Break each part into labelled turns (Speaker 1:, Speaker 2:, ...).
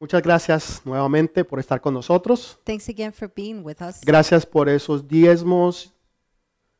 Speaker 1: Muchas gracias nuevamente por estar con nosotros.
Speaker 2: Thanks again for being with us.
Speaker 1: Gracias por esos diezmos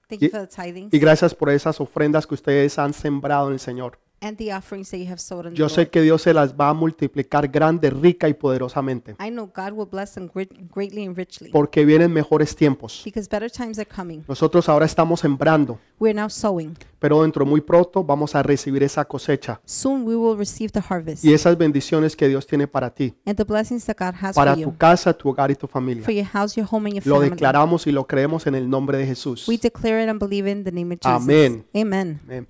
Speaker 2: Thank you
Speaker 1: y-
Speaker 2: for the tithings
Speaker 1: y gracias por esas ofrendas que ustedes han sembrado en el Señor.
Speaker 2: and the offerings that you have sold in the
Speaker 1: Yo sé
Speaker 2: Lord.
Speaker 1: que Dios se las va a multiplicar grande, rica y poderosamente,
Speaker 2: I know God will bless them gre- greatly and richly
Speaker 1: porque vienen mejores tiempos.
Speaker 2: because better times are coming.
Speaker 1: Nosotros ahora estamos sembrando,
Speaker 2: We're now sowing.
Speaker 1: pero dentro muy pronto vamos a recibir esa cosecha
Speaker 2: Soon we will receive the harvest
Speaker 1: y esas bendiciones que Dios tiene para ti,
Speaker 2: and the blessings that God has
Speaker 1: para
Speaker 2: for you,
Speaker 1: tu casa, tu hogar y tu familia.
Speaker 2: for your house, your home, and your
Speaker 1: Lo
Speaker 2: family.
Speaker 1: declaramos y lo creemos en el nombre de Jesús.
Speaker 2: We declare it and believe in the name of Jesus.
Speaker 1: Amén.
Speaker 2: Amen.
Speaker 1: Amén.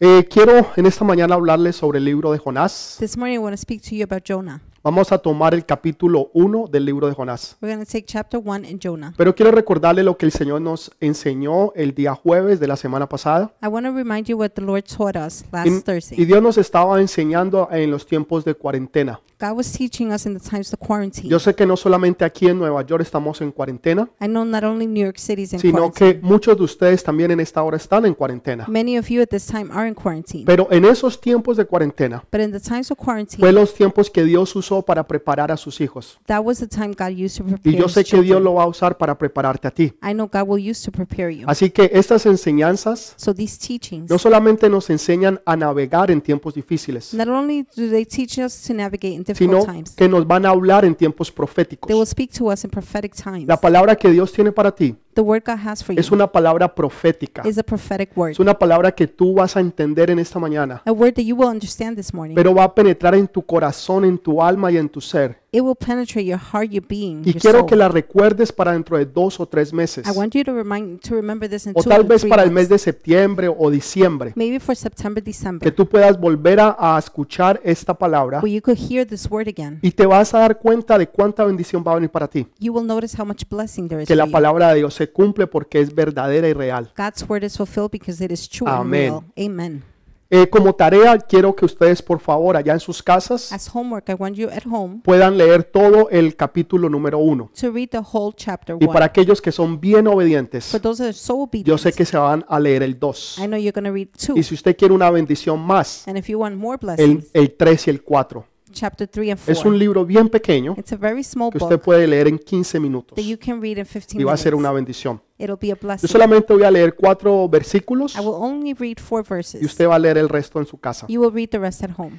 Speaker 1: Eh, quiero en esta mañana hablarles sobre el libro de Jonás.
Speaker 2: This morning I want to speak to you about Jonah.
Speaker 1: Vamos a tomar el capítulo 1 del libro de Jonás.
Speaker 2: We're going to take chapter 1 in Jonah.
Speaker 1: Pero quiero recordarle lo que el Señor nos enseñó el día jueves de la semana pasada.
Speaker 2: I want to remind you what the Lord taught us last
Speaker 1: En- y
Speaker 2: Thursday.
Speaker 1: Dios nos estaba enseñando en los tiempos de cuarentena.
Speaker 2: God was teaching us in the times of quarantine.
Speaker 1: Yo sé que no solamente aquí en Nueva York estamos en cuarentena,
Speaker 2: I know not only New York City's in
Speaker 1: sino
Speaker 2: quarantine.
Speaker 1: que muchos de ustedes también en esta hora están en cuarentena.
Speaker 2: Many of you at this time are in quarantine.
Speaker 1: Pero en esos tiempos de cuarentena
Speaker 2: But in the times of
Speaker 1: fue
Speaker 2: quarantine,
Speaker 1: los tiempos que Dios usó para preparar a sus hijos.
Speaker 2: that was the time God used to prepare
Speaker 1: Y yo
Speaker 2: his
Speaker 1: sé que Dios
Speaker 2: children.
Speaker 1: lo va a usar para prepararte a ti.
Speaker 2: I know God will use to prepare you.
Speaker 1: Así que estas enseñanzas
Speaker 2: So these teachings,
Speaker 1: no solamente nos enseñan a navegar en tiempos difíciles,
Speaker 2: not only do they teach us to navigate in
Speaker 1: sino
Speaker 2: difficult times,
Speaker 1: que nos van a hablar en tiempos
Speaker 2: they will
Speaker 1: proféticos.
Speaker 2: speak to us in prophetic times.
Speaker 1: La palabra que Dios tiene para ti
Speaker 2: The word God has for you
Speaker 1: es una palabra profética.
Speaker 2: is a prophetic word,
Speaker 1: Es una palabra que tú vas a entender en esta mañana,
Speaker 2: a word that you will understand this morning.
Speaker 1: pero va a penetrar en tu corazón, en tu alma y en tu ser.
Speaker 2: It will penetrate your heart, your being,
Speaker 1: Y
Speaker 2: your
Speaker 1: quiero
Speaker 2: soul.
Speaker 1: que la recuerdes para dentro de dos o tres meses,
Speaker 2: I want you to remind to remember this in
Speaker 1: o
Speaker 2: two
Speaker 1: tal
Speaker 2: to
Speaker 1: vez
Speaker 2: three
Speaker 1: para el mes
Speaker 2: months.
Speaker 1: de septiembre o diciembre,
Speaker 2: Maybe for September,
Speaker 1: que
Speaker 2: December,
Speaker 1: tú puedas volver a, a escuchar esta palabra
Speaker 2: where you could hear this word again.
Speaker 1: y te vas a dar cuenta de cuánta bendición va a venir para ti.
Speaker 2: You will notice how much blessing there is
Speaker 1: que
Speaker 2: for
Speaker 1: la
Speaker 2: you.
Speaker 1: palabra de Dios se cumple porque es verdadera y real.
Speaker 2: God's word is fulfilled because it is true
Speaker 1: Amén.
Speaker 2: and real. Amen.
Speaker 1: Eh, como tarea, quiero que ustedes, por favor, allá en sus casas,
Speaker 2: As homework, I want you at home
Speaker 1: puedan leer todo el capítulo número uno.
Speaker 2: to read the whole chapter
Speaker 1: Y para
Speaker 2: one.
Speaker 1: aquellos que son bien
Speaker 2: For
Speaker 1: obedientes,
Speaker 2: those that are so
Speaker 1: yo sé
Speaker 2: obedient,
Speaker 1: que se van a leer el 2.
Speaker 2: I know you're going to read two.
Speaker 1: Y si usted quiere una bendición más,
Speaker 2: And if you want more
Speaker 1: el
Speaker 2: blessings,
Speaker 1: 3 y el 4.
Speaker 2: chapter three and
Speaker 1: Es un
Speaker 2: four.
Speaker 1: libro bien pequeño
Speaker 2: It's a very small
Speaker 1: que usted
Speaker 2: book
Speaker 1: puede leer en 15 minutos
Speaker 2: that you can read in 15
Speaker 1: y va a ser una
Speaker 2: minutes.
Speaker 1: bendición.
Speaker 2: It'll be a
Speaker 1: Yo
Speaker 2: blessing.
Speaker 1: solamente voy a leer cuatro versículos
Speaker 2: I will only read four
Speaker 1: y
Speaker 2: verses.
Speaker 1: usted va a leer el resto en su casa.
Speaker 2: You will read the rest at home.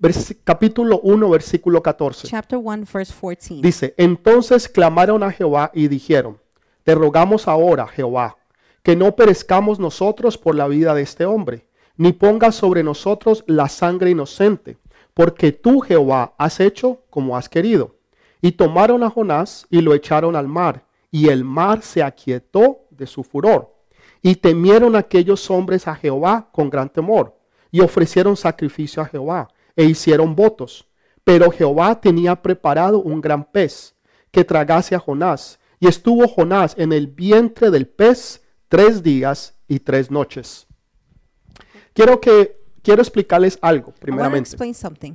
Speaker 1: Versi- capítulo 1, versículo 14.
Speaker 2: Chapter 1, verse 14.
Speaker 1: Dice, entonces clamaron a Jehová y dijeron, te rogamos ahora, Jehová, que no perezcamos nosotros por la vida de este hombre, ni pongas sobre nosotros la sangre inocente, porque tú, Jehová, has hecho como has querido. Y tomaron a Jonás y lo echaron al mar, y el mar se aquietó de su furor. Y temieron aquellos hombres a Jehová con gran temor, y ofrecieron sacrificio a Jehová, e hicieron votos. Pero Jehová tenía preparado un gran pez que tragase a Jonás, y estuvo Jonás en el vientre del pez tres días y tres noches. Quiero que quiero explicarles algo,
Speaker 2: I want to
Speaker 1: primeramente.
Speaker 2: explain something.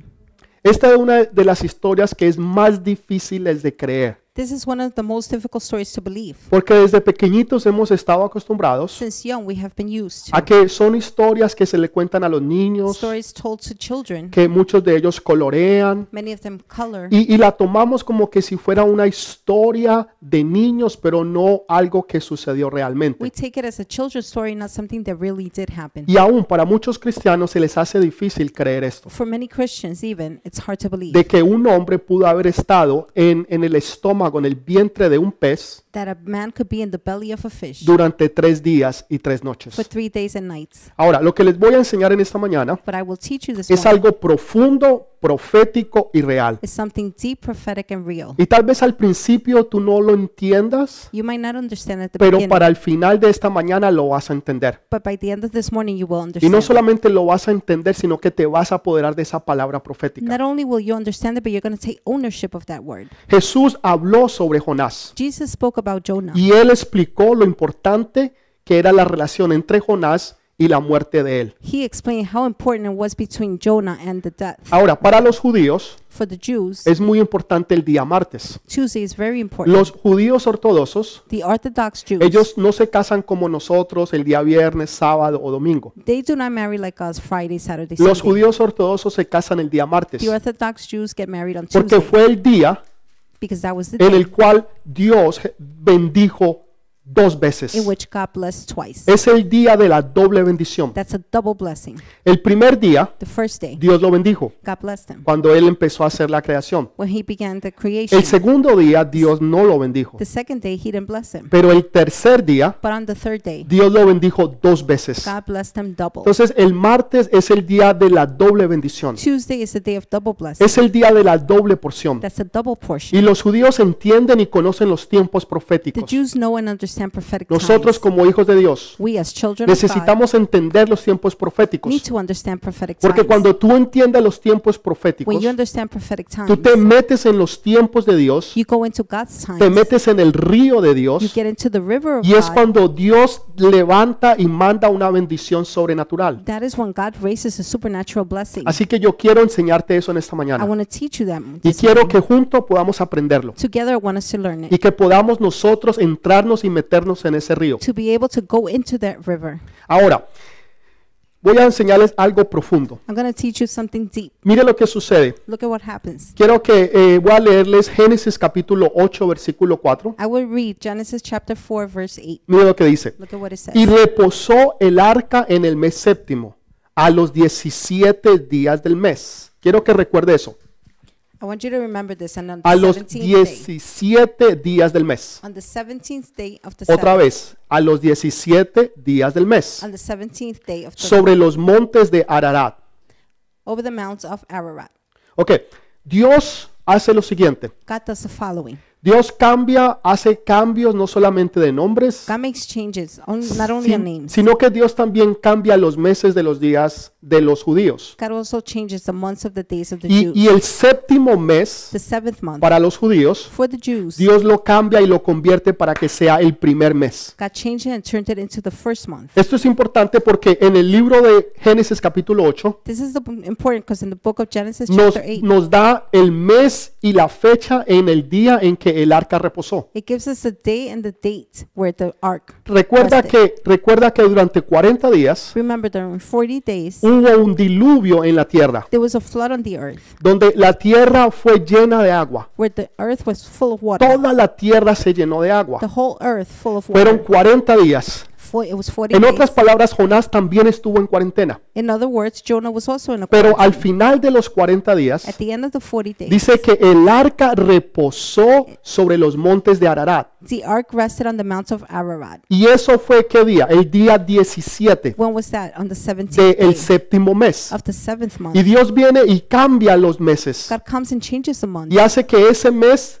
Speaker 1: Esta es una de las historias que es más difíciles de creer,
Speaker 2: This is one of the most difficult stories to believe.
Speaker 1: porque desde pequeñitos hemos estado acostumbrados
Speaker 2: Since young, we have been used
Speaker 1: a
Speaker 2: to
Speaker 1: que son historias que se le cuentan a los niños,
Speaker 2: stories told to children.
Speaker 1: que muchos de ellos colorean,
Speaker 2: Many of them color.
Speaker 1: Y, y la tomamos como que si fuera una historia de niños, pero no algo que sucedió
Speaker 2: We
Speaker 1: realmente.
Speaker 2: take it as a children's story, not something that really did happen.
Speaker 1: Y aún para muchos cristianos se les hace difícil creer esto,
Speaker 2: For many Christians, even, it's hard to believe
Speaker 1: de que un hombre pudo haber estado en, en el estómago, en el vientre de un pez
Speaker 2: that a man could be in the belly of a fish
Speaker 1: durante tres días y tres
Speaker 2: for
Speaker 1: noches.
Speaker 2: three days and nights.
Speaker 1: Ahora, lo que les voy a enseñar en esta mañana
Speaker 2: But I will teach you this
Speaker 1: es
Speaker 2: morning.
Speaker 1: algo profundo, profético y real.
Speaker 2: It's something deep, prophetic, and real.
Speaker 1: Y tal vez al principio tú no lo entiendas,
Speaker 2: You might not understand at the
Speaker 1: pero
Speaker 2: beginning,
Speaker 1: para el final de esta mañana lo vas a entender.
Speaker 2: but by the end of this morning, you will
Speaker 1: Y no
Speaker 2: understand.
Speaker 1: solamente lo vas a entender, sino que te vas a apoderar de esa palabra profética.
Speaker 2: Not only will you understand it, but you're going to take ownership of that word.
Speaker 1: Jesús habló sobre Jonás
Speaker 2: Jesus spoke about Jonah,
Speaker 1: y él explicó lo importante que era la relación entre Jonás y la muerte de él.
Speaker 2: He explained how important it was between Jonah and the death.
Speaker 1: Ahora, para los judíos
Speaker 2: For the Jews,
Speaker 1: Ah. es muy importante el día martes.
Speaker 2: Tuesday is very important.
Speaker 1: Los judíos ortodoxos,
Speaker 2: the Orthodox Jews,
Speaker 1: ellos no se casan como nosotros el día viernes, sábado o domingo.
Speaker 2: they do not marry like us Friday, Saturday,
Speaker 1: Los
Speaker 2: Sunday.
Speaker 1: judíos ortodoxos se casan el día martes
Speaker 2: The Orthodox Jews get married on Tuesday
Speaker 1: porque fue el día
Speaker 2: because that was the
Speaker 1: en
Speaker 2: day
Speaker 1: el cual Dios bendijo dos veces.
Speaker 2: in which God blessed twice.
Speaker 1: Es el día de la doble bendición.
Speaker 2: That's a double blessing.
Speaker 1: El primer día
Speaker 2: The first day,
Speaker 1: Dios lo bendijo
Speaker 2: God blessed them.
Speaker 1: cuando él empezó a hacer la creación.
Speaker 2: When he began the creation,
Speaker 1: El segundo día Dios no lo bendijo,
Speaker 2: the second day, he didn't bless him.
Speaker 1: pero el tercer día
Speaker 2: But on the third day,
Speaker 1: Dios lo bendijo dos veces.
Speaker 2: God blessed them double.
Speaker 1: Entonces el martes es el día de la doble bendición.
Speaker 2: Tuesday is the day of double blessing.
Speaker 1: Es el día de la doble porción.
Speaker 2: That's a double portion.
Speaker 1: Y los judíos entienden y conocen los tiempos
Speaker 2: The
Speaker 1: proféticos.
Speaker 2: Jews know and understand prophetic
Speaker 1: Nosotros
Speaker 2: times.
Speaker 1: como hijos de Dios
Speaker 2: We as children of God
Speaker 1: necesitamos entender los tiempos
Speaker 2: need
Speaker 1: proféticos.
Speaker 2: to understand prophetic
Speaker 1: Porque
Speaker 2: times.
Speaker 1: cuando tú entiendes los tiempos
Speaker 2: when
Speaker 1: proféticos,
Speaker 2: you understand prophetic times,
Speaker 1: tú te metes en los tiempos de Dios,
Speaker 2: you go into God's
Speaker 1: te
Speaker 2: times.
Speaker 1: metes en el río de
Speaker 2: You
Speaker 1: Dios
Speaker 2: get into the river of
Speaker 1: y es
Speaker 2: God.
Speaker 1: cuando Dios levanta y manda una bendición sobrenatural.
Speaker 2: That is when God raises a supernatural blessing.
Speaker 1: Así que yo quiero enseñarte eso en esta
Speaker 2: I
Speaker 1: mañana
Speaker 2: want to teach you that.
Speaker 1: y
Speaker 2: this
Speaker 1: quiero
Speaker 2: morning.
Speaker 1: que juntos podamos aprenderlo
Speaker 2: Together, I want us to learn
Speaker 1: y
Speaker 2: it.
Speaker 1: que podamos nosotros entrarnos y meternos en ese río.
Speaker 2: To be able to go into that river.
Speaker 1: Ahora, voy a enseñarles algo profundo.
Speaker 2: I'm going to teach you something deep.
Speaker 1: Mire lo que sucede.
Speaker 2: Look at what happens.
Speaker 1: Quiero que eh, voy a leerles Génesis capítulo 8, versículo 4.
Speaker 2: I will read Genesis chapter 4, verse 8.
Speaker 1: Mire lo que dice.
Speaker 2: Look at what it says.
Speaker 1: Y reposó el arca en el mes séptimo, a los 17 días del mes. Quiero que recuerde eso.
Speaker 2: I want you to remember this. And on the
Speaker 1: A los
Speaker 2: 17th day,
Speaker 1: 17 días del mes.
Speaker 2: on the 17th day of the
Speaker 1: Otra
Speaker 2: seventh,
Speaker 1: vez, a los 17 días del mes.
Speaker 2: on the 17th day of the
Speaker 1: Sobre los montes de Ararat.
Speaker 2: over the mount of Ararat.
Speaker 1: Ok, Dios hace lo siguiente.
Speaker 2: God does the following.
Speaker 1: Dios cambia, hace cambios no solamente de nombres,
Speaker 2: God makes changes, on, not only on
Speaker 1: sin-
Speaker 2: names.
Speaker 1: sino que Dios también cambia los meses de los días de los judíos.
Speaker 2: God also changes the months of the days of the
Speaker 1: Y,
Speaker 2: Jews.
Speaker 1: y el séptimo mes
Speaker 2: The seventh month
Speaker 1: para los judíos,
Speaker 2: for the Jews,
Speaker 1: Dios lo cambia y lo convierte para que sea el primer mes.
Speaker 2: God changed it and turned it into the first month.
Speaker 1: Esto es importante porque en el libro de Génesis capítulo 8
Speaker 2: This is the, important because in the book of Genesis,
Speaker 1: nos,
Speaker 2: chapter 8,
Speaker 1: nos da el mes y la fecha en el día en que el arca reposó.
Speaker 2: it gives us the day and the date where the ark.
Speaker 1: Recuerda
Speaker 2: rested.
Speaker 1: que, recuerda que durante 40 días
Speaker 2: Remember, during 40 days,
Speaker 1: hubo un diluvio en la tierra,
Speaker 2: there was a flood on the earth
Speaker 1: donde la tierra fue llena de agua.
Speaker 2: where the earth was full of water.
Speaker 1: Toda la tierra se llenó de agua.
Speaker 2: The whole earth full of
Speaker 1: Fueron
Speaker 2: water.
Speaker 1: 40 días.
Speaker 2: Fo- It was 40
Speaker 1: En otras
Speaker 2: days.
Speaker 1: palabras, Jonás también estuvo en cuarentena.
Speaker 2: In other words, Jonah was also in a
Speaker 1: Pero
Speaker 2: quarantine.
Speaker 1: al final de los 40 días,
Speaker 2: At the end of the 40 days,
Speaker 1: Dice que el arca reposó sobre los montes de Ararat.
Speaker 2: the ark rested on the mount of Ararat.
Speaker 1: ¿Y eso fue qué día? El día 17
Speaker 2: When was that? On the 17th
Speaker 1: del
Speaker 2: day
Speaker 1: séptimo mes.
Speaker 2: of the seventh month.
Speaker 1: Y Dios viene y cambia los meses.
Speaker 2: God comes and changes the month.
Speaker 1: Y hace que ese mes,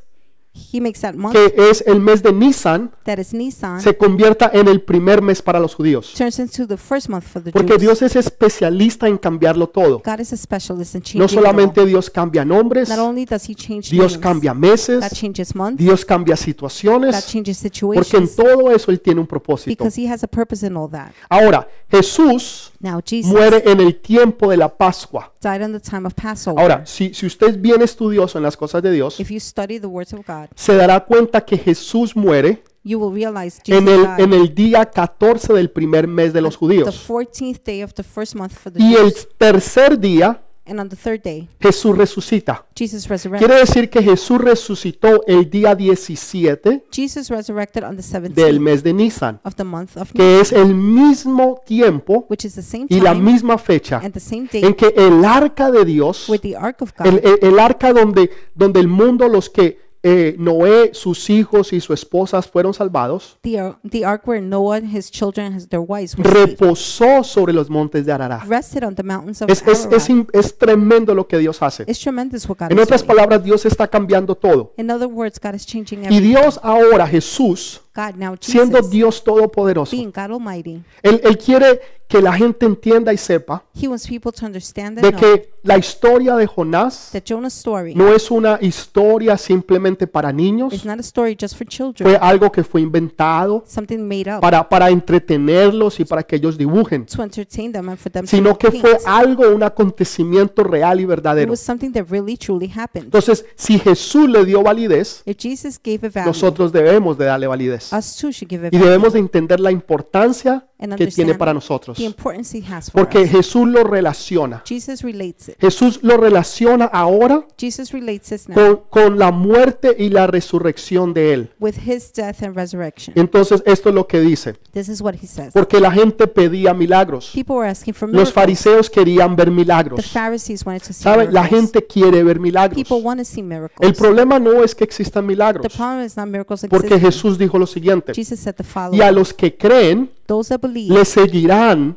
Speaker 2: He makes that month
Speaker 1: que es el mes de Nisan,
Speaker 2: that is Nisan
Speaker 1: se convierta en el primer mes para los judíos.
Speaker 2: turns into the first month for the
Speaker 1: Porque
Speaker 2: Jews.
Speaker 1: Dios es especialista en cambiarlo todo.
Speaker 2: God is a specialist in changing
Speaker 1: No
Speaker 2: it all.
Speaker 1: solamente Dios cambia nombres,
Speaker 2: Not only does He change
Speaker 1: Dios
Speaker 2: names,
Speaker 1: cambia meses,
Speaker 2: God changes months,
Speaker 1: Dios cambia
Speaker 2: God
Speaker 1: situaciones,
Speaker 2: changes
Speaker 1: porque en
Speaker 2: situations,
Speaker 1: todo eso Él tiene un propósito.
Speaker 2: because He has a purpose in all that.
Speaker 1: Ahora, Jesús
Speaker 2: Now Jesus
Speaker 1: muere en el tiempo de la Pascua.
Speaker 2: died on the time of Passover.
Speaker 1: Ahora, si, si usted es bien estudioso en las cosas de Dios,
Speaker 2: if you study the words of God,
Speaker 1: se dará cuenta que Jesús muere
Speaker 2: you will realize Jesus
Speaker 1: en el,
Speaker 2: died
Speaker 1: en el día 14 del primer mes de los
Speaker 2: the
Speaker 1: judíos.
Speaker 2: 14th day of the first month for the
Speaker 1: Y el
Speaker 2: Jews,
Speaker 1: tercer día,
Speaker 2: and on the third day
Speaker 1: Jesús resucita.
Speaker 2: Jesus resurrected.
Speaker 1: Quiere decir que Jesús resucitó el día 17
Speaker 2: Jesus resurrected on the 17th
Speaker 1: del mes de Nisan,
Speaker 2: of the month of Nisan,
Speaker 1: que es el mismo tiempo
Speaker 2: which is the same
Speaker 1: y la
Speaker 2: time
Speaker 1: misma fecha
Speaker 2: and the same date
Speaker 1: en que el arca de Dios
Speaker 2: with the ark of God.
Speaker 1: El, el- el arca donde, donde el mundo, los que eh, Noé, sus hijos y su esposa fueron salvados,
Speaker 2: the, ar- the ark where Noah, his children, his, their wives were saved,
Speaker 1: reposó sobre los montes de Ararat.
Speaker 2: rested on the mountains of
Speaker 1: Es, es-
Speaker 2: Ararat.
Speaker 1: es in- es tremendo lo que Dios hace.
Speaker 2: It's tremendous what God
Speaker 1: En
Speaker 2: is
Speaker 1: otras
Speaker 2: doing.
Speaker 1: palabras, Dios está cambiando todo.
Speaker 2: In other words, God is changing
Speaker 1: Y
Speaker 2: everything.
Speaker 1: Dios ahora, Jesús,
Speaker 2: God now,
Speaker 1: siendo
Speaker 2: Jesus,
Speaker 1: Dios todopoderoso.
Speaker 2: being God Almighty.
Speaker 1: Él, él quiere que la gente entienda y sepa
Speaker 2: He wants people to understand
Speaker 1: de
Speaker 2: and know
Speaker 1: que la historia de Jonás
Speaker 2: that Jonah's story
Speaker 1: no es una historia simplemente para
Speaker 2: is
Speaker 1: niños,
Speaker 2: not a story just
Speaker 1: fue
Speaker 2: for children,
Speaker 1: algo que fue inventado
Speaker 2: something made up
Speaker 1: para, para entretenerlos y para que ellos dibujen,
Speaker 2: to entertain them and for them to
Speaker 1: sino
Speaker 2: make
Speaker 1: que fue
Speaker 2: things.
Speaker 1: algo, un acontecimiento real y
Speaker 2: It
Speaker 1: verdadero.
Speaker 2: was something that really truly happened.
Speaker 1: Entonces, si Jesús le dio validez,
Speaker 2: If Jesus gave a value,
Speaker 1: nosotros debemos de darle validez
Speaker 2: us too should give a
Speaker 1: y
Speaker 2: value
Speaker 1: debemos de entender la importancia
Speaker 2: and
Speaker 1: que tiene para
Speaker 2: understand
Speaker 1: nosotros,
Speaker 2: the importance he has for
Speaker 1: porque
Speaker 2: us.
Speaker 1: Jesús lo relaciona.
Speaker 2: Jesus relates it.
Speaker 1: Jesús lo relaciona ahora
Speaker 2: Jesus relates this now
Speaker 1: con, con la muerte y la resurrección de él.
Speaker 2: with his death and resurrection.
Speaker 1: Entonces esto es lo que dice,
Speaker 2: This is what he says.
Speaker 1: porque la gente pedía milagros.
Speaker 2: People were asking for
Speaker 1: Los
Speaker 2: miracles.
Speaker 1: fariseos querían ver
Speaker 2: The
Speaker 1: milagros.
Speaker 2: Pharisees wanted to see
Speaker 1: ¿Saben? La
Speaker 2: miracles.
Speaker 1: gente quiere ver milagros.
Speaker 2: People want to see
Speaker 1: El
Speaker 2: miracles.
Speaker 1: problema no es que existan milagros,
Speaker 2: The problem is not miracles
Speaker 1: porque
Speaker 2: exist.
Speaker 1: Jesús dijo lo siguiente,
Speaker 2: Jesus said the
Speaker 1: y a
Speaker 2: following.
Speaker 1: los que creen,
Speaker 2: Those that believe,
Speaker 1: les seguirán,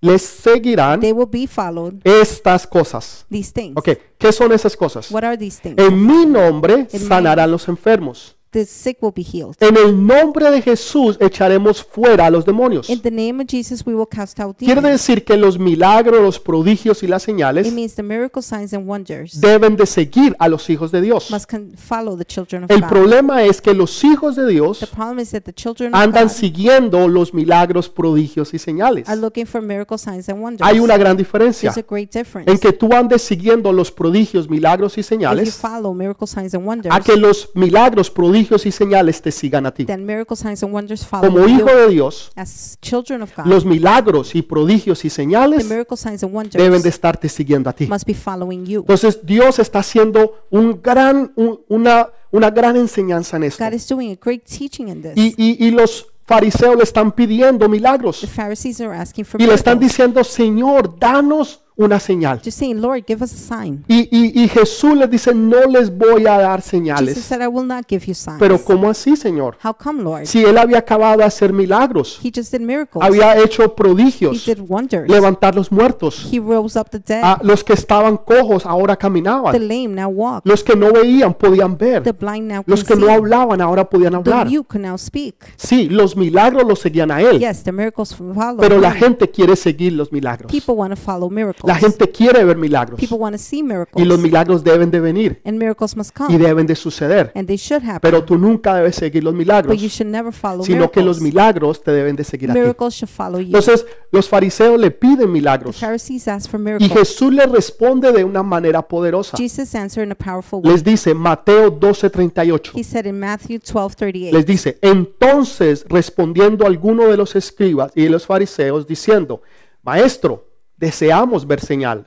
Speaker 1: les seguirán
Speaker 2: they will be followed.
Speaker 1: estas cosas.
Speaker 2: These things.
Speaker 1: Ok, ¿qué son esas cosas?
Speaker 2: What are these things?
Speaker 1: En mi nombre sanarán los enfermos.
Speaker 2: The sick will be healed.
Speaker 1: En el nombre de Jesús echaremos fuera a los demonios.
Speaker 2: In the name of Jesus, we will cast out
Speaker 1: Quiere
Speaker 2: demons.
Speaker 1: decir que los milagros, los prodigios y las
Speaker 2: It
Speaker 1: señales
Speaker 2: means the miracle signs and wonders
Speaker 1: deben de seguir a los hijos de Dios.
Speaker 2: must con- follow the children of
Speaker 1: El
Speaker 2: God.
Speaker 1: problema es que los hijos de
Speaker 2: The
Speaker 1: Dios
Speaker 2: problem is that the children of
Speaker 1: andan
Speaker 2: God
Speaker 1: siguiendo los milagros, prodigios y señales.
Speaker 2: are looking for miracle signs and wonders.
Speaker 1: Hay una gran diferencia
Speaker 2: There's a great difference.
Speaker 1: en que tú andes siguiendo los prodigios, milagros y
Speaker 2: if you
Speaker 1: señales
Speaker 2: follow miracle signs and wonders,
Speaker 1: a que los milagros, prodigios y señales te sigan a ti.
Speaker 2: then miracle signs and wonders follow
Speaker 1: Como
Speaker 2: you.
Speaker 1: hijo de Dios,
Speaker 2: As children of God,
Speaker 1: los milagros y prodigios y
Speaker 2: the
Speaker 1: señales
Speaker 2: miracle signs and wonders
Speaker 1: deben de estarte siguiendo a ti.
Speaker 2: must be following you.
Speaker 1: Entonces Dios está haciendo un gran, un- una, una gran enseñanza en esto.
Speaker 2: God is doing a great teaching in this.
Speaker 1: Y, y- y los fariseos le están pidiendo milagros
Speaker 2: the Pharisees are asking for
Speaker 1: y le están
Speaker 2: miracles.
Speaker 1: diciendo, Señor, danos una señal.
Speaker 2: Just saying, Lord, give us a sign.
Speaker 1: Y, y- y Jesús les dice, no les voy a dar
Speaker 2: Jesus
Speaker 1: señales.
Speaker 2: said, I will not give you signs.
Speaker 1: Pero ¿cómo así, Señor?
Speaker 2: How come, Lord?
Speaker 1: Si él había acabado de hacer milagros,
Speaker 2: He just did miracles.
Speaker 1: había hecho
Speaker 2: he
Speaker 1: prodigios,
Speaker 2: did wonders.
Speaker 1: levantar los muertos,
Speaker 2: He rose up the dead.
Speaker 1: a los que estaban cojos ahora
Speaker 2: the
Speaker 1: caminaban,
Speaker 2: lame now walk.
Speaker 1: los que no veían podían ver,
Speaker 2: The blind now
Speaker 1: los que
Speaker 2: can
Speaker 1: no
Speaker 2: see.
Speaker 1: hablaban ahora podían
Speaker 2: the
Speaker 1: hablar.
Speaker 2: mute can now speak.
Speaker 1: Sí, los milagros los seguían a él,
Speaker 2: Yes, the miracles follow.
Speaker 1: pero la
Speaker 2: him.
Speaker 1: gente quiere seguir los milagros.
Speaker 2: People want to follow miracles.
Speaker 1: La gente quiere ver milagros
Speaker 2: People want to Ah. see miracles.
Speaker 1: y los milagros deben de venir
Speaker 2: and miracles must come.
Speaker 1: y deben de suceder,
Speaker 2: and they should happen.
Speaker 1: pero tú nunca debes seguir los
Speaker 2: but you
Speaker 1: milagros,
Speaker 2: should never follow
Speaker 1: sino que los
Speaker 2: miracles.
Speaker 1: milagros te deben de seguir a ti.
Speaker 2: miracles should follow you.
Speaker 1: Entonces, los fariseos le piden
Speaker 2: the
Speaker 1: milagros
Speaker 2: Pharisees asked for
Speaker 1: y
Speaker 2: miracles.
Speaker 1: Jesús les responde de una manera poderosa.
Speaker 2: Jesus answered in a powerful way.
Speaker 1: Les dice Mateo 12:38.
Speaker 2: He said in Matthew 12, 38.
Speaker 1: Les dice, entonces respondiendo alguno de los escribas y de los fariseos diciendo, Maestro, deseamos ver señal.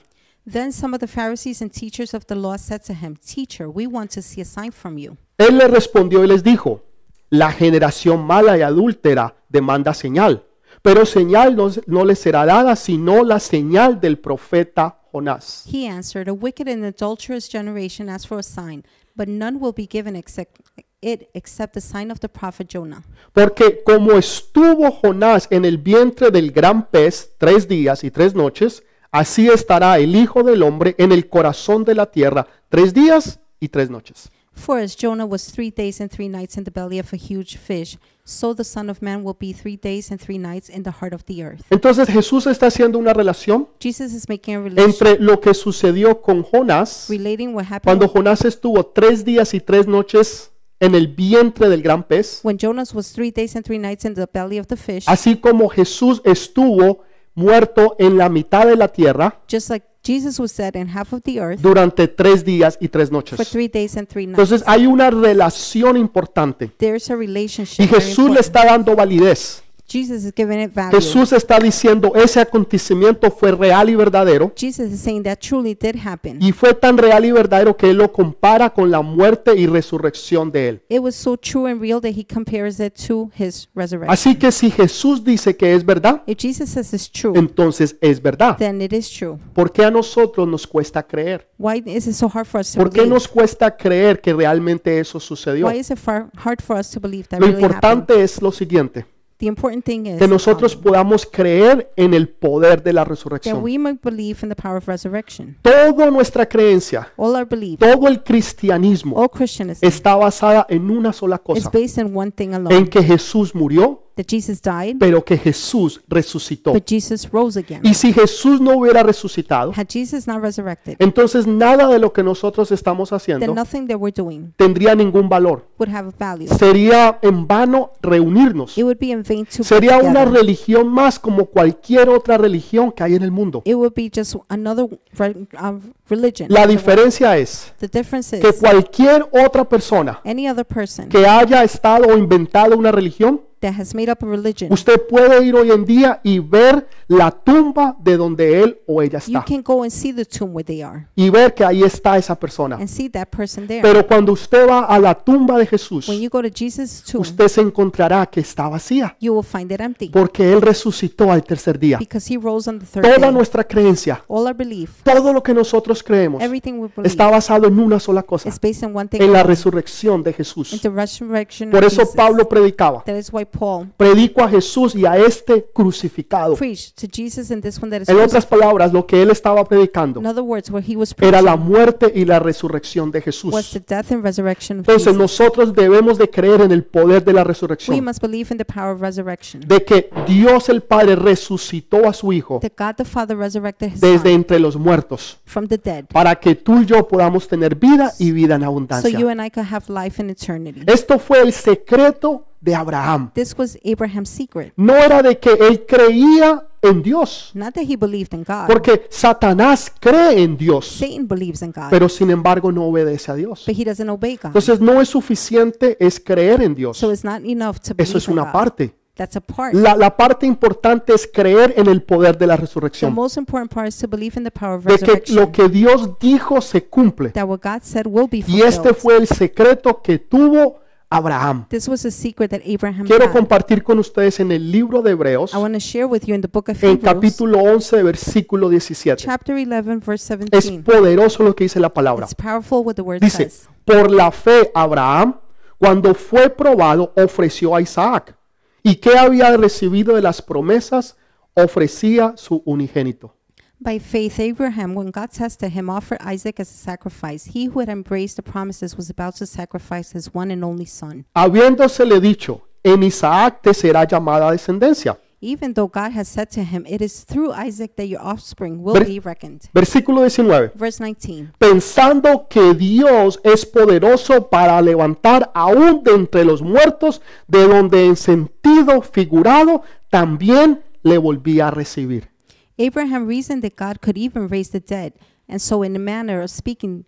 Speaker 2: Then some of the Pharisees and teachers of the law said to him, Teacher, we want to see a sign from you.
Speaker 1: Él les respondió y les dijo, la generación mala y adúltera demanda señal, pero señal no, no les será dada sino la señal del profeta Jonás.
Speaker 2: He answered, A wicked and adulterous generation asks for a sign, but none will be given except it except the sign of the prophet Jonah.
Speaker 1: Porque como estuvo Jonás en el vientre del gran pez tres días y tres noches, así estará el Hijo del Hombre en el corazón de la tierra tres días y tres noches.
Speaker 2: For as Jonah was three days and three nights in the belly of a huge fish, so the Son of Man will be three days and three nights in the heart of the earth.
Speaker 1: Entonces Jesús está haciendo una relación
Speaker 2: Jesus is making a relation
Speaker 1: entre lo que sucedió con Jonás
Speaker 2: relating what happened
Speaker 1: cuando Jonás estuvo tres días y tres noches en el vientre del gran pez,
Speaker 2: when Jonah was three days and three nights in the belly of the fish,
Speaker 1: así como Jesús estuvo muerto en la mitad de la tierra
Speaker 2: just like Jesus was dead in half of the earth
Speaker 1: durante tres días y tres
Speaker 2: for
Speaker 1: noches.
Speaker 2: three days and three nights.
Speaker 1: Entonces hay una relación importante
Speaker 2: There's a
Speaker 1: y
Speaker 2: relationship. very
Speaker 1: Jesús le
Speaker 2: important.
Speaker 1: está dando validez.
Speaker 2: Jesus is giving it value.
Speaker 1: Jesús está diciendo ese acontecimiento fue real y verdadero
Speaker 2: Jesus is saying that truly did happen.
Speaker 1: y fue tan real y verdadero que él lo compara con la muerte y resurrección de él.
Speaker 2: It was so true and real that he compares it to his resurrection.
Speaker 1: Así que si Jesús dice que es verdad,
Speaker 2: If Jesus says it's true,
Speaker 1: entonces es verdad.
Speaker 2: then it is true.
Speaker 1: ¿Por qué a nosotros nos cuesta creer?
Speaker 2: Why is it so hard for us to
Speaker 1: ¿Por qué
Speaker 2: believe?
Speaker 1: nos cuesta creer que realmente eso sucedió?
Speaker 2: Why is it far, hard for us to believe that
Speaker 1: Lo
Speaker 2: really happened?
Speaker 1: importante es lo siguiente.
Speaker 2: The important thing is
Speaker 1: que nosotros
Speaker 2: um,
Speaker 1: podamos creer en el poder de la
Speaker 2: that
Speaker 1: resurrección.
Speaker 2: we might believe in the power of resurrection.
Speaker 1: Toda nuestra creencia,
Speaker 2: All our belief,
Speaker 1: todo el cristianismo
Speaker 2: all Christianism,
Speaker 1: está basada en una sola
Speaker 2: is
Speaker 1: cosa,
Speaker 2: based on one thing alone:
Speaker 1: en que Jesús murió,
Speaker 2: that Jesus died,
Speaker 1: pero que Jesús resucitó.
Speaker 2: but Jesus rose again.
Speaker 1: Y si Jesús no hubiera resucitado,
Speaker 2: Had Jesus not resurrected,
Speaker 1: entonces nada de lo que nosotros estamos haciendo
Speaker 2: then nothing that we're doing
Speaker 1: tendría ningún valor.
Speaker 2: would have a value.
Speaker 1: Sería en vano reunirnos.
Speaker 2: It would be in vain to put
Speaker 1: Sería una
Speaker 2: together.
Speaker 1: religión más como cualquier otra religión que hay en el mundo.
Speaker 2: It would be just another re- um, religion.
Speaker 1: La diferencia es
Speaker 2: The difference
Speaker 1: que
Speaker 2: is
Speaker 1: cualquier otra persona
Speaker 2: any other person
Speaker 1: que haya estado o inventado una religión,
Speaker 2: that has made up a religion,
Speaker 1: usted puede ir hoy en día y ver la tumba de donde él o ella
Speaker 2: you
Speaker 1: está
Speaker 2: can go and see the tomb where they are
Speaker 1: y ver que ahí está esa persona.
Speaker 2: and see that person there.
Speaker 1: Pero cuando usted va a la tumba de Jesús,
Speaker 2: When you go to Jesus' tomb,
Speaker 1: usted se encontrará que está vacía
Speaker 2: you will find it empty
Speaker 1: porque él resucitó al tercer día.
Speaker 2: because he rose on the third
Speaker 1: Toda
Speaker 2: day.
Speaker 1: nuestra creencia,
Speaker 2: All our belief,
Speaker 1: todo lo que nosotros creemos,
Speaker 2: everything we believe,
Speaker 1: está basado en una sola cosa,
Speaker 2: is based on one thing:
Speaker 1: en la
Speaker 2: alone,
Speaker 1: resurrección de
Speaker 2: in
Speaker 1: Jesús.
Speaker 2: the resurrection.
Speaker 1: Por
Speaker 2: of
Speaker 1: eso
Speaker 2: Jesus.
Speaker 1: Pablo predicaba,
Speaker 2: That is why Paul
Speaker 1: predico a Jesús y a este crucificado.
Speaker 2: preached to Jesus in this one that is.
Speaker 1: En
Speaker 2: crucified.
Speaker 1: otras palabras, lo que él estaba predicando
Speaker 2: In other words, where he was
Speaker 1: era
Speaker 2: preaching
Speaker 1: la muerte y la resurrección de
Speaker 2: was
Speaker 1: Jesús.
Speaker 2: the death and resurrection of
Speaker 1: Entonces
Speaker 2: Jesus.
Speaker 1: nosotros debemos de creer en el poder de la
Speaker 2: We
Speaker 1: resurrección,
Speaker 2: must believe in the power of resurrection.
Speaker 1: de que Dios el Padre resucitó a su Hijo
Speaker 2: That God the Father resurrected his
Speaker 1: desde
Speaker 2: son
Speaker 1: entre los muertos,
Speaker 2: from the dead.
Speaker 1: para que tú y yo podamos tener vida y vida en
Speaker 2: So you
Speaker 1: abundancia. Eh.
Speaker 2: and I could have life in eternity.
Speaker 1: Esto fue el secreto de Abraham.
Speaker 2: This was Abraham's secret.
Speaker 1: No era de que él creía en Dios,
Speaker 2: Not that he believed in God.
Speaker 1: porque Satanás cree en Dios,
Speaker 2: Satan believes in God,
Speaker 1: pero sin embargo no obedece a Dios.
Speaker 2: but he doesn't obey God.
Speaker 1: Entonces no es suficiente es creer en Dios.
Speaker 2: So it's not enough to believe
Speaker 1: Eso es
Speaker 2: in
Speaker 1: una
Speaker 2: God.
Speaker 1: parte.
Speaker 2: That's a part.
Speaker 1: La, la parte importante es creer en el poder de la
Speaker 2: The
Speaker 1: resurrección.
Speaker 2: most important part is to believe in the power of
Speaker 1: De que lo
Speaker 2: resurrection.
Speaker 1: que Dios dijo se cumple.
Speaker 2: That what God said will be
Speaker 1: Y este
Speaker 2: fulfilled.
Speaker 1: fue el secreto que tuvo Abraham.
Speaker 2: This was a secret that Abraham
Speaker 1: Quiero
Speaker 2: had.
Speaker 1: compartir con ustedes en el libro de Hebreos,
Speaker 2: I want to share with you in the book of
Speaker 1: en
Speaker 2: Hebrews,
Speaker 1: capítulo 11, versículo 17.
Speaker 2: chapter 11, verse
Speaker 1: Es
Speaker 2: 17.
Speaker 1: poderoso lo que dice la palabra.
Speaker 2: It's powerful what the word
Speaker 1: Dice,
Speaker 2: says.
Speaker 1: por la fe Abraham, cuando fue probado, ofreció a Isaac. ¿Y qué había recibido de las promesas? Ofrecía su unigénito.
Speaker 2: By faith, Abraham, when God tested him, offered Isaac as a sacrifice. He who had embraced the promises was about to sacrifice his one and only son.
Speaker 1: Habiéndosele dicho, en Isaac te será llamada descendencia.
Speaker 2: Even though God has said to him, It is through Isaac that your offspring will
Speaker 1: Ver-
Speaker 2: be reckoned.
Speaker 1: Versículo 19.
Speaker 2: Verse 19.
Speaker 1: Pensando que Dios es poderoso para levantar aún de entre los muertos, de donde en sentido figurado también le volvía a recibir.
Speaker 2: Abraham reasoned that God could even raise the dead, and so, in a manner of speaking,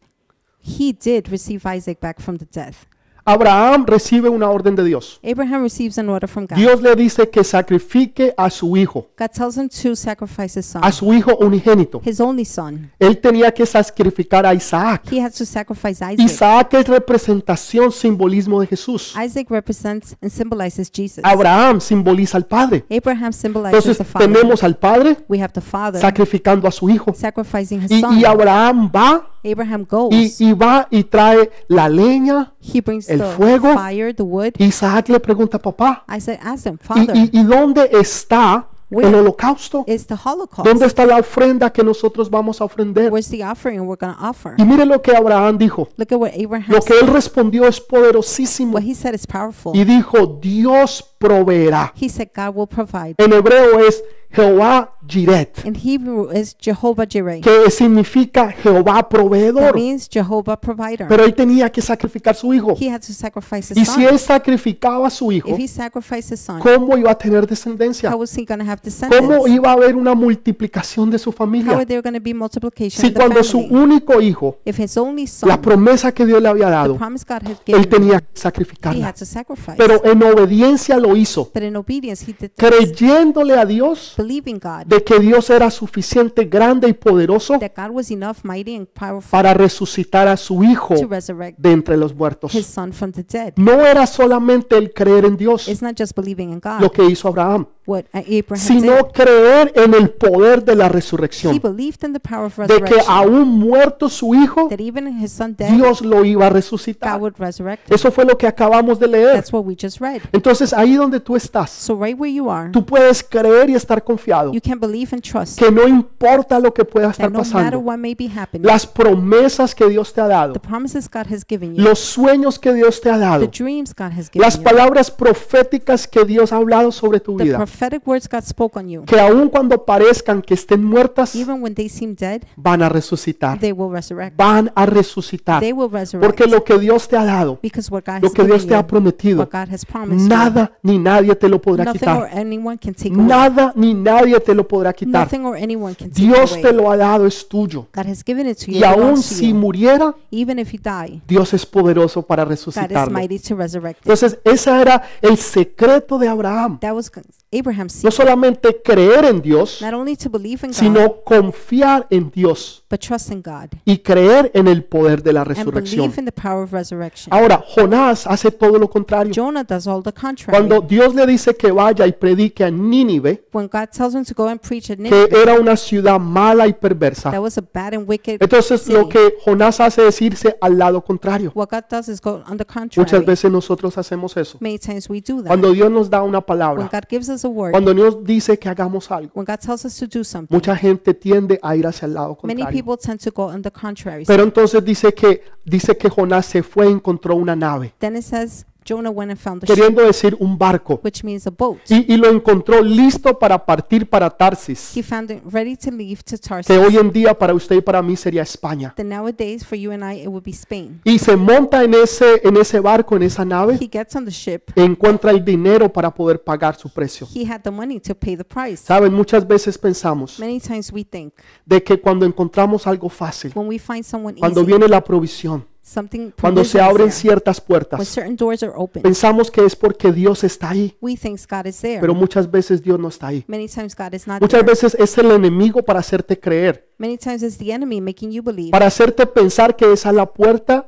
Speaker 2: he did receive Isaac back from the death.
Speaker 1: Abraham recibe una orden de Dios.
Speaker 2: Abraham receives an order from God.
Speaker 1: Dios le dice que sacrifique a su hijo,
Speaker 2: God tells him to sacrifice his son,
Speaker 1: a su hijo unigénito.
Speaker 2: his only son.
Speaker 1: Él tenía que sacrificar a Isaac.
Speaker 2: He has to sacrifice Isaac.
Speaker 1: Isaac es representación, simbolismo de Jesús.
Speaker 2: Isaac represents and symbolizes Jesus.
Speaker 1: Abraham simboliza al Padre.
Speaker 2: Abraham symbolizes
Speaker 1: Entonces
Speaker 2: the father.
Speaker 1: tenemos al Padre
Speaker 2: we have the father
Speaker 1: sacrificando a su hijo.
Speaker 2: sacrificing his
Speaker 1: Y,
Speaker 2: son.
Speaker 1: y Abraham va
Speaker 2: Abraham goes.
Speaker 1: y, y va y trae la leña.
Speaker 2: he brings
Speaker 1: el
Speaker 2: the
Speaker 1: fuego.
Speaker 2: fire, the wood.
Speaker 1: Isaac le pregunta a papá,
Speaker 2: Isaac asks him,
Speaker 1: ¿y,
Speaker 2: Father,
Speaker 1: y- y dónde está el
Speaker 2: Where?
Speaker 1: holocausto?
Speaker 2: is the Holocaust?
Speaker 1: ¿Dónde está la ofrenda que nosotros vamos a ofrender?
Speaker 2: Where's the offering we're going to offer?
Speaker 1: Y mire lo que Abraham dijo.
Speaker 2: Look at what Abraham
Speaker 1: Lo que
Speaker 2: said.
Speaker 1: él respondió es poderosísimo
Speaker 2: What he said is powerful.
Speaker 1: y dijo, Dios proveerá.
Speaker 2: he said, God will provide.
Speaker 1: En hebreo es Jehová Jiret,
Speaker 2: In Hebrew, is Jehovah Jireh.
Speaker 1: que significa Jehová
Speaker 2: That
Speaker 1: proveedor.
Speaker 2: means Jehovah provider.
Speaker 1: Pero él tenía que sacrificar su hijo.
Speaker 2: he had to sacrifice his
Speaker 1: Y
Speaker 2: son.
Speaker 1: si él sacrificaba a su hijo,
Speaker 2: if he sacrificed his son,
Speaker 1: ¿cómo iba a tener descendencia?
Speaker 2: how was he going to have
Speaker 1: ¿Cómo
Speaker 2: descendants?
Speaker 1: iba a haber una multiplicación de su
Speaker 2: How are
Speaker 1: familia?
Speaker 2: there going to be multiplication
Speaker 1: Si
Speaker 2: in the
Speaker 1: cuando su
Speaker 2: family?
Speaker 1: único hijo,
Speaker 2: If his only
Speaker 1: la
Speaker 2: son,
Speaker 1: promesa que Dios le había
Speaker 2: the
Speaker 1: dado,
Speaker 2: promise God had
Speaker 1: él
Speaker 2: given,
Speaker 1: tenía que
Speaker 2: him, he
Speaker 1: sacrificarla.
Speaker 2: had to sacrifice.
Speaker 1: Pero en obediencia lo hizo,
Speaker 2: But in obedience, he did this,
Speaker 1: creyéndole a Dios
Speaker 2: believing God
Speaker 1: de que Dios era suficiente, grande y poderoso
Speaker 2: that God was enough, mighty, and powerful
Speaker 1: para resucitar a su Hijo
Speaker 2: to resurrect
Speaker 1: de entre los
Speaker 2: his
Speaker 1: muertos.
Speaker 2: son from the dead.
Speaker 1: No era solamente el creer en Dios
Speaker 2: It's not just believing in God,
Speaker 1: lo que hizo Abraham,
Speaker 2: what uh, Abraham did.
Speaker 1: sino creer en el poder de la
Speaker 2: He
Speaker 1: resurrección,
Speaker 2: believed in the power of
Speaker 1: de que
Speaker 2: resurrection,
Speaker 1: aún muerto su Hijo,
Speaker 2: that even his son dead,
Speaker 1: Dios lo iba a
Speaker 2: God
Speaker 1: resucitar.
Speaker 2: would resurrect him.
Speaker 1: Eso fue lo que acabamos de leer.
Speaker 2: That's what we just read.
Speaker 1: Entonces ahí donde tú estás,
Speaker 2: So right where you are,
Speaker 1: tú puedes creer y estar confiado
Speaker 2: you can believe and trust
Speaker 1: que no importa lo que pueda estar
Speaker 2: that no matter
Speaker 1: pasando,
Speaker 2: what may be happening,
Speaker 1: las promesas que Dios te ha dado,
Speaker 2: the promises God has given you,
Speaker 1: los sueños que Dios te ha
Speaker 2: the
Speaker 1: dado,
Speaker 2: dreams God has given
Speaker 1: las
Speaker 2: you,
Speaker 1: palabras proféticas que Dios ha hablado sobre tu
Speaker 2: the
Speaker 1: vida,
Speaker 2: prophetic words God spoke on you,
Speaker 1: que aun cuando parezcan que estén muertas,
Speaker 2: even when they seem dead,
Speaker 1: van a resucitar,
Speaker 2: they will resurrect.
Speaker 1: van a resucitar,
Speaker 2: They will resurrect
Speaker 1: porque lo que Dios te ha dado,
Speaker 2: because what God
Speaker 1: lo
Speaker 2: has
Speaker 1: que Dios
Speaker 2: given
Speaker 1: te ha
Speaker 2: you,
Speaker 1: prometido,
Speaker 2: what God has promised you,
Speaker 1: nada ni nadie te lo podrá
Speaker 2: nothing or
Speaker 1: quitar,
Speaker 2: anyone can take away.
Speaker 1: nada ni nadie te lo podrá quitar.
Speaker 2: Nothing or anyone can take
Speaker 1: Dios te
Speaker 2: away.
Speaker 1: lo ha dado, es tuyo.
Speaker 2: God has given it to
Speaker 1: Y
Speaker 2: you. it
Speaker 1: aun
Speaker 2: belongs to
Speaker 1: si
Speaker 2: you.
Speaker 1: muriera,
Speaker 2: Even if you die,
Speaker 1: Dios es poderoso para
Speaker 2: God is
Speaker 1: resucitarlo.
Speaker 2: mighty to resurrect it.
Speaker 1: Entonces, ese era el secreto de Abraham.
Speaker 2: That was Abraham's
Speaker 1: No
Speaker 2: seed.
Speaker 1: solamente creer en Dios,
Speaker 2: Not only to believe in God,
Speaker 1: sino confiar en Dios
Speaker 2: but trust in God
Speaker 1: y creer en el poder de la
Speaker 2: and
Speaker 1: resurrección.
Speaker 2: believe in the power of resurrection.
Speaker 1: Ahora, Jonás hace todo lo contrario.
Speaker 2: Jonah does all the contrary.
Speaker 1: Cuando Dios le dice que vaya y predique a Nínive,
Speaker 2: when God tells him to go and preach at
Speaker 1: que
Speaker 2: Nineveh,
Speaker 1: era una ciudad mala y perversa,
Speaker 2: that was a bad and wicked.
Speaker 1: entonces lo que Jonás hace es irse al lado contrario.
Speaker 2: What God does is go on the contrary.
Speaker 1: Muchas veces nosotros hacemos eso.
Speaker 2: Many times we do that.
Speaker 1: Cuando Dios nos da una
Speaker 2: when
Speaker 1: palabra,
Speaker 2: God gives us a word,
Speaker 1: cuando Dios dice que hagamos algo,
Speaker 2: when God tells us to do something,
Speaker 1: mucha gente tiende a ir hacia el lado
Speaker 2: many
Speaker 1: contrario.
Speaker 2: people tend to go on the contrary.
Speaker 1: Pero entonces dice que dice que Jonás se fue y encontró una nave,
Speaker 2: then it says Jonah went and found a ship,
Speaker 1: queriendo decir un barco,
Speaker 2: which means a boat.
Speaker 1: y, y lo encontró listo para partir para Tarsis,
Speaker 2: He found it ready to leave
Speaker 1: que
Speaker 2: to Tarsus.
Speaker 1: hoy en día para usted y para mí sería España.
Speaker 2: Then nowadays, for you and I, it would be Spain.
Speaker 1: Y se monta en ese en ese barco, en esa nave, e
Speaker 2: He gets on the ship.
Speaker 1: encuentra el dinero para poder pagar su precio.
Speaker 2: He had the money to pay the price.
Speaker 1: Saben, muchas veces pensamos
Speaker 2: Many times we think
Speaker 1: de que cuando encontramos algo fácil,
Speaker 2: when we find someone
Speaker 1: cuando
Speaker 2: easy,
Speaker 1: viene la provisión,
Speaker 2: something
Speaker 1: cuando se
Speaker 2: provision is
Speaker 1: abren
Speaker 2: there,
Speaker 1: ciertas
Speaker 2: when
Speaker 1: puertas,
Speaker 2: certain doors are open,
Speaker 1: pensamos que es porque Dios está ahí,
Speaker 2: we think God is there.
Speaker 1: pero muchas veces Dios no está ahí.
Speaker 2: Many times God is not
Speaker 1: Muchas
Speaker 2: there.
Speaker 1: veces es el enemigo para hacerte creer,
Speaker 2: Many times it's the enemy making you believe,
Speaker 1: para hacerte pensar que esa es la puerta,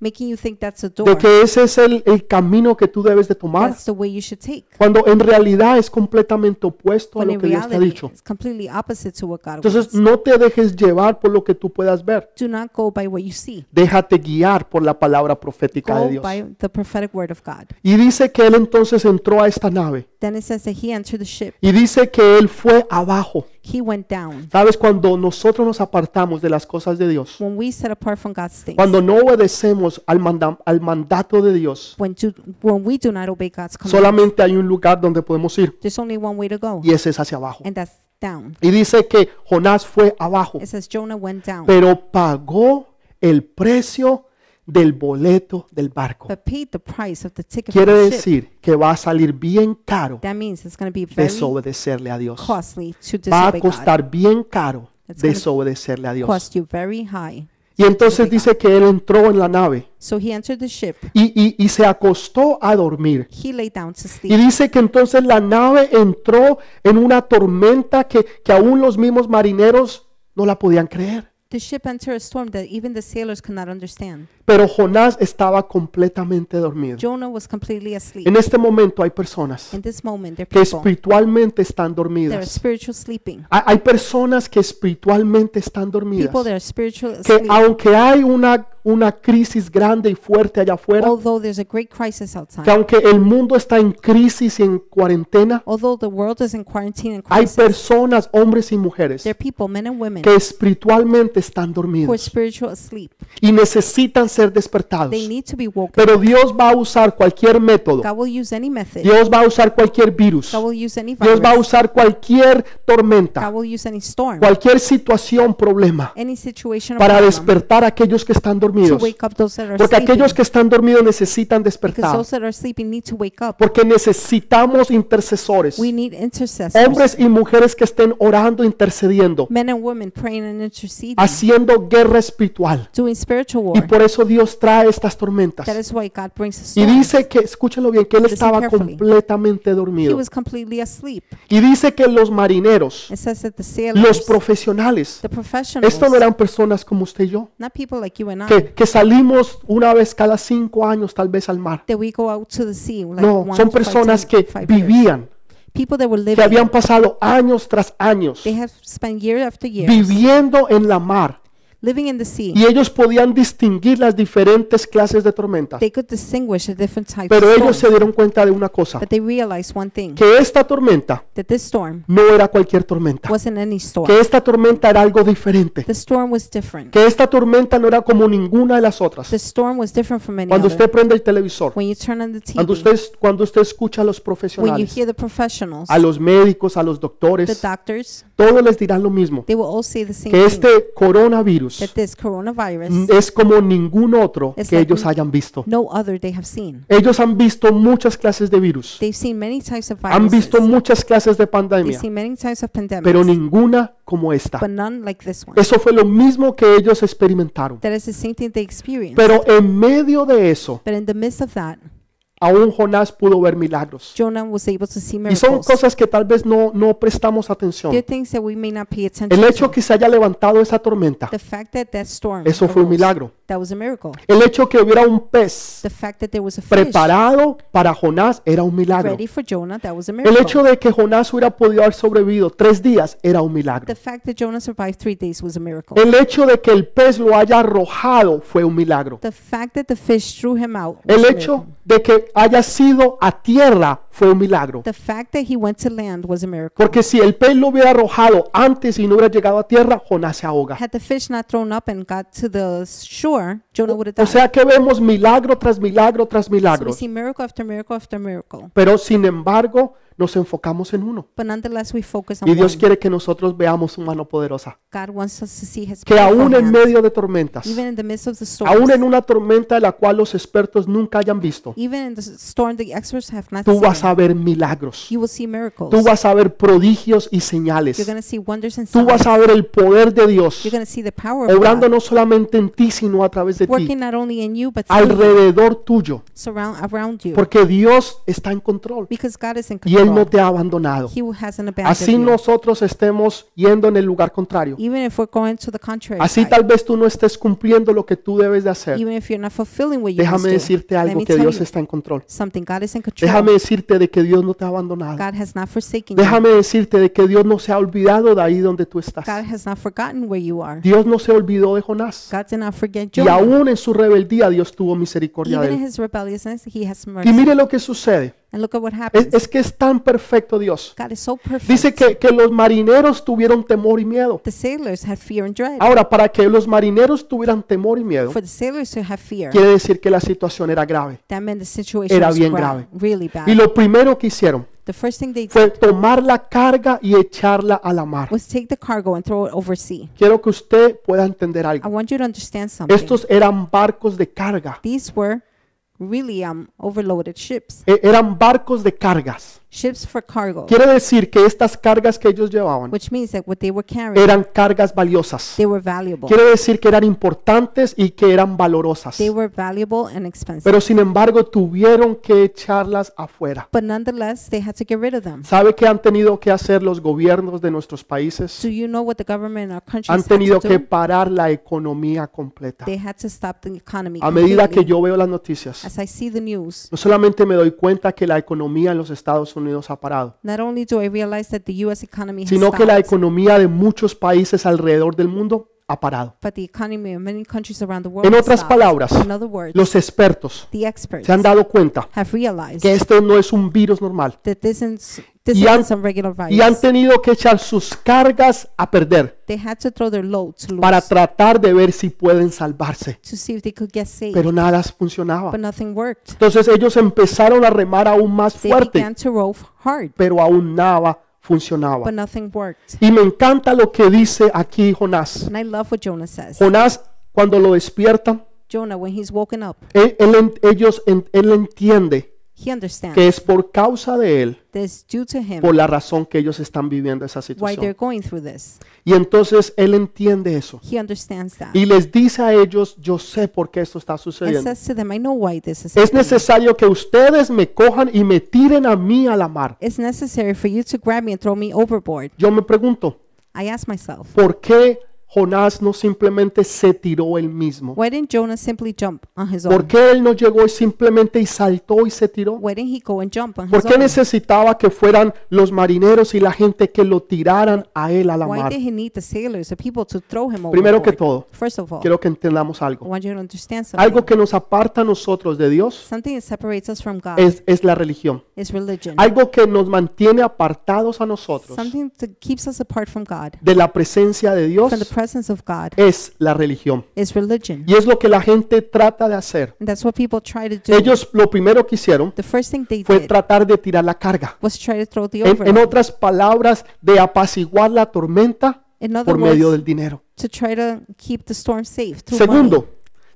Speaker 2: making you think that's a door.
Speaker 1: de que ese es el, el camino que tú debes de tomar,
Speaker 2: That's the way you should take.
Speaker 1: cuando en realidad es completamente opuesto a
Speaker 2: When
Speaker 1: lo
Speaker 2: in
Speaker 1: que Dios te ha
Speaker 2: reality,
Speaker 1: dicho.
Speaker 2: it's completely opposite to what God
Speaker 1: Entonces
Speaker 2: wants.
Speaker 1: no te dejes llevar por lo que tú puedas ver,
Speaker 2: Do not go by what you see.
Speaker 1: déjate guiar por la palabra profética de
Speaker 2: Go
Speaker 1: Dios.
Speaker 2: by the prophetic word of God.
Speaker 1: Y dice que él entonces entró a esta nave
Speaker 2: Then it says that he entered the ship.
Speaker 1: y dice que él fue abajo.
Speaker 2: He went down.
Speaker 1: Sabes, cuando nosotros nos apartamos de las cosas de Dios,
Speaker 2: When we set apart from God's things,
Speaker 1: cuando no obedecemos al, manda- al mandato de Dios,
Speaker 2: when, do, when we do not obey God's command,
Speaker 1: solamente hay un lugar donde podemos ir
Speaker 2: there's only one way to go,
Speaker 1: y ese es hacia abajo.
Speaker 2: and that's down.
Speaker 1: Y dice que Jonás fue abajo,
Speaker 2: It says Jonah went down,
Speaker 1: pero pagó el precio del boleto del barco.
Speaker 2: but paid the price of the ticket for
Speaker 1: Quiere
Speaker 2: the ship.
Speaker 1: decir que va a salir bien caro
Speaker 2: That means it's going to be very
Speaker 1: desobedecerle a Dios.
Speaker 2: costly to
Speaker 1: Va a
Speaker 2: disobey God.
Speaker 1: costar bien caro
Speaker 2: It's gonna
Speaker 1: desobedecerle a Dios.
Speaker 2: Cost you very high.
Speaker 1: Y entonces dice que él entró en la nave
Speaker 2: So he entered the ship.
Speaker 1: y, y- y se acostó a dormir.
Speaker 2: He lay down to
Speaker 1: Y
Speaker 2: sleep.
Speaker 1: dice que entonces la nave entró en una tormenta que, que aún los mismos marineros no la podían creer.
Speaker 2: The ship entered a storm that even the sailors could not understand.
Speaker 1: Pero Jonás estaba completamente dormido.
Speaker 2: Jonah was completely asleep.
Speaker 1: En este momento hay personas
Speaker 2: In this moment, there
Speaker 1: que
Speaker 2: are people
Speaker 1: espiritualmente están
Speaker 2: that are
Speaker 1: dormidas.
Speaker 2: spiritual sleeping.
Speaker 1: Hay hay personas que espiritualmente están dormidas.
Speaker 2: People that are spiritual asleep.
Speaker 1: Que aunque hay una, una crisis grande y fuerte allá afuera,
Speaker 2: Although there's a great crisis
Speaker 1: que
Speaker 2: outside.
Speaker 1: aunque el mundo está en crisis y en cuarentena,
Speaker 2: Although the world is in quarantine and
Speaker 1: hay
Speaker 2: crisis.
Speaker 1: personas, hombres y mujeres,
Speaker 2: There are people, men and women,
Speaker 1: que espiritualmente están
Speaker 2: who are
Speaker 1: dormidos
Speaker 2: spiritual asleep.
Speaker 1: y necesitan ser despertados.
Speaker 2: They need to be woken.
Speaker 1: Pero Dios va a usar cualquier método.
Speaker 2: God will use any method.
Speaker 1: Dios va a usar cualquier virus.
Speaker 2: God will use any
Speaker 1: Dios va a
Speaker 2: virus.
Speaker 1: usar cualquier
Speaker 2: God
Speaker 1: tormenta,
Speaker 2: will use any storm.
Speaker 1: cualquier situación, problema,
Speaker 2: Any situation or
Speaker 1: para
Speaker 2: problem
Speaker 1: despertar a aquellos que están
Speaker 2: to
Speaker 1: dormidos.
Speaker 2: wake up those that are
Speaker 1: Porque
Speaker 2: sleeping.
Speaker 1: aquellos que están dormidos necesitan
Speaker 2: because
Speaker 1: despertar.
Speaker 2: those that are sleeping need to wake up.
Speaker 1: Porque necesitamos intercesores.
Speaker 2: We need intercessors.
Speaker 1: Hombres y mujeres que estén orando, intercediendo,
Speaker 2: men and women praying and interceding,
Speaker 1: haciendo guerra espiritual.
Speaker 2: doing spiritual
Speaker 1: Y
Speaker 2: war.
Speaker 1: por eso Dios trae estas tormentas.
Speaker 2: That is why God brings us.
Speaker 1: Y dice que, escúchenlo bien, que él
Speaker 2: Listen
Speaker 1: estaba
Speaker 2: carefully.
Speaker 1: completamente
Speaker 2: he
Speaker 1: dormido.
Speaker 2: was completely asleep.
Speaker 1: Y dice que los marineros,
Speaker 2: It says that the sailors,
Speaker 1: los profesionales,
Speaker 2: the professionals,
Speaker 1: esto no eran personas como usted y yo,
Speaker 2: not people like you and I,
Speaker 1: que, que salimos una vez cada cinco años tal vez al mar.
Speaker 2: that we go out to the sea. Like
Speaker 1: No,
Speaker 2: once,
Speaker 1: son
Speaker 2: twice,
Speaker 1: personas
Speaker 2: ten,
Speaker 1: que
Speaker 2: five years.
Speaker 1: vivían,
Speaker 2: people that were
Speaker 1: que
Speaker 2: living.
Speaker 1: habían pasado años tras años
Speaker 2: They have spent year after year
Speaker 1: viviendo en la mar.
Speaker 2: living in the sea.
Speaker 1: Y ellos podían distinguir las diferentes clases de tormentas.
Speaker 2: They could distinguish the different types
Speaker 1: Pero
Speaker 2: of
Speaker 1: ellos se
Speaker 2: storms,
Speaker 1: dieron cuenta de una cosa,
Speaker 2: but they realized one thing:
Speaker 1: que esta tormenta
Speaker 2: that this storm
Speaker 1: no era cualquier tormenta.
Speaker 2: wasn't any storm.
Speaker 1: que esta tormenta era algo diferente,
Speaker 2: the storm was different.
Speaker 1: que esta tormenta no era como ninguna de las otras.
Speaker 2: The storm was different from any
Speaker 1: Cuando
Speaker 2: other.
Speaker 1: usted prende el televisor,
Speaker 2: when you turn on the TV,
Speaker 1: cuando usted, cuando usted escucha a los
Speaker 2: when you
Speaker 1: profesionales,
Speaker 2: hear the professionals,
Speaker 1: a los médicos, a los
Speaker 2: the
Speaker 1: doctores,
Speaker 2: doctors,
Speaker 1: todos les dirán lo mismo,
Speaker 2: they will all say the same
Speaker 1: que
Speaker 2: thing:
Speaker 1: este coronavirus
Speaker 2: that this coronavirus,
Speaker 1: Mm, es como ningún otro
Speaker 2: It's
Speaker 1: que
Speaker 2: like-
Speaker 1: ellos hayan visto.
Speaker 2: no other they have seen.
Speaker 1: Ellos han visto muchas clases de virus,
Speaker 2: They've seen many types of
Speaker 1: han
Speaker 2: viruses.
Speaker 1: visto muchas clases de
Speaker 2: They've
Speaker 1: pandemia,
Speaker 2: seen many types of pandemics,
Speaker 1: pero ninguna como esta.
Speaker 2: but none like this one.
Speaker 1: Eso fue lo mismo que ellos experimentaron.
Speaker 2: That is the same thing they experienced.
Speaker 1: Pero en medio de eso,
Speaker 2: But in the midst of that,
Speaker 1: aún Jonás pudo ver milagros.
Speaker 2: Jonah was able to see
Speaker 1: Y son
Speaker 2: miracles.
Speaker 1: cosas que tal vez no, no prestamos
Speaker 2: There are
Speaker 1: atención.
Speaker 2: things that we may not pay attention
Speaker 1: El
Speaker 2: to.
Speaker 1: hecho que se haya levantado esa tormenta,
Speaker 2: The fact that that storm
Speaker 1: eso fue un
Speaker 2: arose,
Speaker 1: milagro.
Speaker 2: that was a miracle.
Speaker 1: El hecho que hubiera un pez
Speaker 2: The fact that there was a fish
Speaker 1: preparado para Jonás era un milagro.
Speaker 2: ready for Jonah, that was a
Speaker 1: El
Speaker 2: miracle.
Speaker 1: hecho de que Jonás hubiera podido haber sobrevivido tres días era un milagro.
Speaker 2: the fact that Jonah survived three days was a miracle.
Speaker 1: El hecho de que el pez lo haya arrojado fue un milagro.
Speaker 2: the fact that the fish threw him out was
Speaker 1: El
Speaker 2: a
Speaker 1: hecho
Speaker 2: miracle.
Speaker 1: de que haya sido a tierra fue un milagro.
Speaker 2: The fact that he went to land was a miracle.
Speaker 1: Porque si el pez lo hubiera arrojado antes y no hubiera llegado a tierra, Jonás se ahoga.
Speaker 2: Had the fish not thrown up and got to the shore, Jonah would have
Speaker 1: O
Speaker 2: died.
Speaker 1: sea que vemos milagro tras milagro tras
Speaker 2: so we
Speaker 1: milagro.
Speaker 2: see miracle after miracle after miracle.
Speaker 1: Pero sin embargo, nos enfocamos en uno.
Speaker 2: But nonetheless, we focus on
Speaker 1: Y Dios
Speaker 2: one.
Speaker 1: quiere que nosotros veamos su mano poderosa.
Speaker 2: God wants us to see his
Speaker 1: Que
Speaker 2: powerful
Speaker 1: aún en
Speaker 2: hand,
Speaker 1: medio de tormentas,
Speaker 2: even in the midst of the storm,
Speaker 1: aún en una tormenta de la cual los expertos nunca hayan visto,
Speaker 2: even in the s- storm the experts have not
Speaker 1: tú
Speaker 2: seen,
Speaker 1: vas a ver milagros.
Speaker 2: you will see miracles.
Speaker 1: Tú vas a ver prodigios y
Speaker 2: You're
Speaker 1: señales.
Speaker 2: going to see wonders and
Speaker 1: Tú
Speaker 2: signs.
Speaker 1: vas a ver el poder de Dios
Speaker 2: You're going to see the power of
Speaker 1: obrando
Speaker 2: God
Speaker 1: no solamente en ti, sino a través de ti,
Speaker 2: working not only in you but through you,
Speaker 1: alrededor tuyo.
Speaker 2: surround around you
Speaker 1: Porque Dios está en control
Speaker 2: because God is in
Speaker 1: y Él no
Speaker 2: control.
Speaker 1: te ha abandonado.
Speaker 2: He hasn't abandoned
Speaker 1: Así
Speaker 2: you.
Speaker 1: nosotros estemos yendo en el lugar contrario.
Speaker 2: Even if we're going to the contrary,
Speaker 1: Así
Speaker 2: side,
Speaker 1: tal vez tú no estés cumpliendo lo que tú debes de hacer.
Speaker 2: even if you're not fulfilling what you must
Speaker 1: Déjame
Speaker 2: do,
Speaker 1: decirte
Speaker 2: let
Speaker 1: algo
Speaker 2: me
Speaker 1: que
Speaker 2: tell
Speaker 1: Dios
Speaker 2: you
Speaker 1: está en control.
Speaker 2: something. God is in control.
Speaker 1: Déjame decirte de que Dios no te ha abandonado.
Speaker 2: God has not forsaken you.
Speaker 1: Déjame decirte de que Dios no se ha olvidado de ahí donde tú
Speaker 2: God
Speaker 1: estás.
Speaker 2: has not forgotten where you are.
Speaker 1: Dios no se olvidó de Jonás.
Speaker 2: God did not forget
Speaker 1: Y
Speaker 2: Jonah.
Speaker 1: aún en su rebeldía Dios tuvo misericordia
Speaker 2: Even
Speaker 1: de
Speaker 2: in
Speaker 1: él.
Speaker 2: his rebelliousness, he has mercy.
Speaker 1: Y mire lo que sucede.
Speaker 2: and look at what
Speaker 1: Es,
Speaker 2: happens.
Speaker 1: es que es tan perfecto Dios.
Speaker 2: God is so perfect.
Speaker 1: Dice que, que los marineros tuvieron temor y miedo.
Speaker 2: the sailors had fear and dread.
Speaker 1: Ahora, para que los marineros tuvieran temor y miedo,
Speaker 2: For the sailors to have fear,
Speaker 1: quiere decir que la situación era grave.
Speaker 2: that meant the situation
Speaker 1: Era
Speaker 2: was
Speaker 1: bien
Speaker 2: gra-
Speaker 1: grave.
Speaker 2: really bad.
Speaker 1: Y lo primero que hicieron
Speaker 2: the first thing they
Speaker 1: fue
Speaker 2: did
Speaker 1: tomar la carga y echarla a la mar.
Speaker 2: was take the cargo and throw it over sea.
Speaker 1: Quiero que usted pueda entender
Speaker 2: I
Speaker 1: algo.
Speaker 2: want you to understand something.
Speaker 1: Estos eran barcos de carga.
Speaker 2: These were really um, overloaded ships,
Speaker 1: E- eran barcos de cargas.
Speaker 2: ships for cargo,
Speaker 1: Quiere decir que estas cargas que ellos llevaban
Speaker 2: which means that what they were carrying,
Speaker 1: eran cargas valiosas.
Speaker 2: they were valuable.
Speaker 1: Quiere decir que eran importantes y que eran valorosas.
Speaker 2: They were valuable and expensive.
Speaker 1: Pero sin embargo tuvieron que echarlas afuera.
Speaker 2: But nonetheless, they had to get rid of them.
Speaker 1: ¿Sabe qué han tenido que hacer los gobiernos de nuestros países?
Speaker 2: Do you know what the government in our country
Speaker 1: Han
Speaker 2: had to
Speaker 1: tenido que
Speaker 2: do?
Speaker 1: parar la economía completa.
Speaker 2: They had to stop the economy.
Speaker 1: A medida que
Speaker 2: completely.
Speaker 1: yo veo las noticias,
Speaker 2: As I see the news,
Speaker 1: no solamente me doy cuenta que la economía en los Estados Unidos ha parado,
Speaker 2: not only do I realize that the U.S. economy has
Speaker 1: sino que la
Speaker 2: stopped,
Speaker 1: economía de muchos países alrededor del mundo ha parado.
Speaker 2: but the economy in many countries around the world
Speaker 1: En
Speaker 2: has
Speaker 1: otras
Speaker 2: stopped.
Speaker 1: palabras,
Speaker 2: In other words,
Speaker 1: los expertos
Speaker 2: the experts
Speaker 1: se han dado cuenta
Speaker 2: have realized
Speaker 1: que esto no es un virus normal
Speaker 2: that this is this
Speaker 1: Y han-
Speaker 2: isn't some regular virus.
Speaker 1: y han tenido que echar sus cargas a perder
Speaker 2: they had to throw their load to lose
Speaker 1: para tratar de ver si pueden salvarse.
Speaker 2: to see if they could get saved,
Speaker 1: Pero nada funcionaba.
Speaker 2: but nothing worked.
Speaker 1: Entonces ellos empezaron a remar aún más
Speaker 2: They
Speaker 1: fuerte,
Speaker 2: began to row hard,
Speaker 1: pero aún nada funcionaba.
Speaker 2: but nothing worked.
Speaker 1: Y me encanta lo que dice aquí Jonás.
Speaker 2: And I love what Jonah says.
Speaker 1: Jonás, cuando lo despierta,
Speaker 2: Jonah, when he's woken up,
Speaker 1: Él, él en- ellos, en- él entiende
Speaker 2: he understands
Speaker 1: que es por causa de él,
Speaker 2: that it's due to him
Speaker 1: por la razón que ellos están viviendo esa
Speaker 2: why they're
Speaker 1: situación.
Speaker 2: going through this.
Speaker 1: Y entonces él entiende eso.
Speaker 2: He understands that.
Speaker 1: Y les dice a ellos, yo sé por qué esto está
Speaker 2: And
Speaker 1: sucediendo.
Speaker 2: says to them, I know why this is
Speaker 1: Es
Speaker 2: happening.
Speaker 1: necesario que ustedes me cojan y me tiren a mí a la mar.
Speaker 2: It's necessary for you to grab me and throw me overboard.
Speaker 1: Yo me pregunto,
Speaker 2: I ask myself,
Speaker 1: ¿por qué Jonás no simplemente se tiró él mismo?
Speaker 2: why didn't Jonah simply jump on his
Speaker 1: ¿Por
Speaker 2: own?
Speaker 1: qué él no llegó y simplemente y saltó y se tiró?
Speaker 2: Why didn't he go and jump on
Speaker 1: ¿Por
Speaker 2: his
Speaker 1: qué
Speaker 2: own?
Speaker 1: necesitaba que fueran los marineros y la gente que lo tiraran a él a la
Speaker 2: Why
Speaker 1: mar?
Speaker 2: did he need the sailors, the people to throw him overboard?
Speaker 1: Primero que todo,
Speaker 2: First of all,
Speaker 1: quiero que entendamos
Speaker 2: I
Speaker 1: algo.
Speaker 2: want you to understand something.
Speaker 1: Algo que nos aparta a nosotros de Dios
Speaker 2: something that separates us from God
Speaker 1: es, es la religión.
Speaker 2: is religion.
Speaker 1: Algo que nos mantiene apartados a nosotros
Speaker 2: something that keeps us apart from God,
Speaker 1: de la presencia de Dios
Speaker 2: from the presence of God,
Speaker 1: es la religión.
Speaker 2: is religion.
Speaker 1: Y es lo que la gente trata de hacer.
Speaker 2: And that's what people try to do.
Speaker 1: Ellos lo primero que hicieron
Speaker 2: the first thing they
Speaker 1: fue
Speaker 2: did
Speaker 1: tratar de tirar la carga.
Speaker 2: was try to throw the
Speaker 1: En, en
Speaker 2: overboard.
Speaker 1: otras palabras, de apaciguar la tormenta
Speaker 2: In other
Speaker 1: por
Speaker 2: words,
Speaker 1: medio del dinero.
Speaker 2: to try to keep the storm safe. through
Speaker 1: Segundo,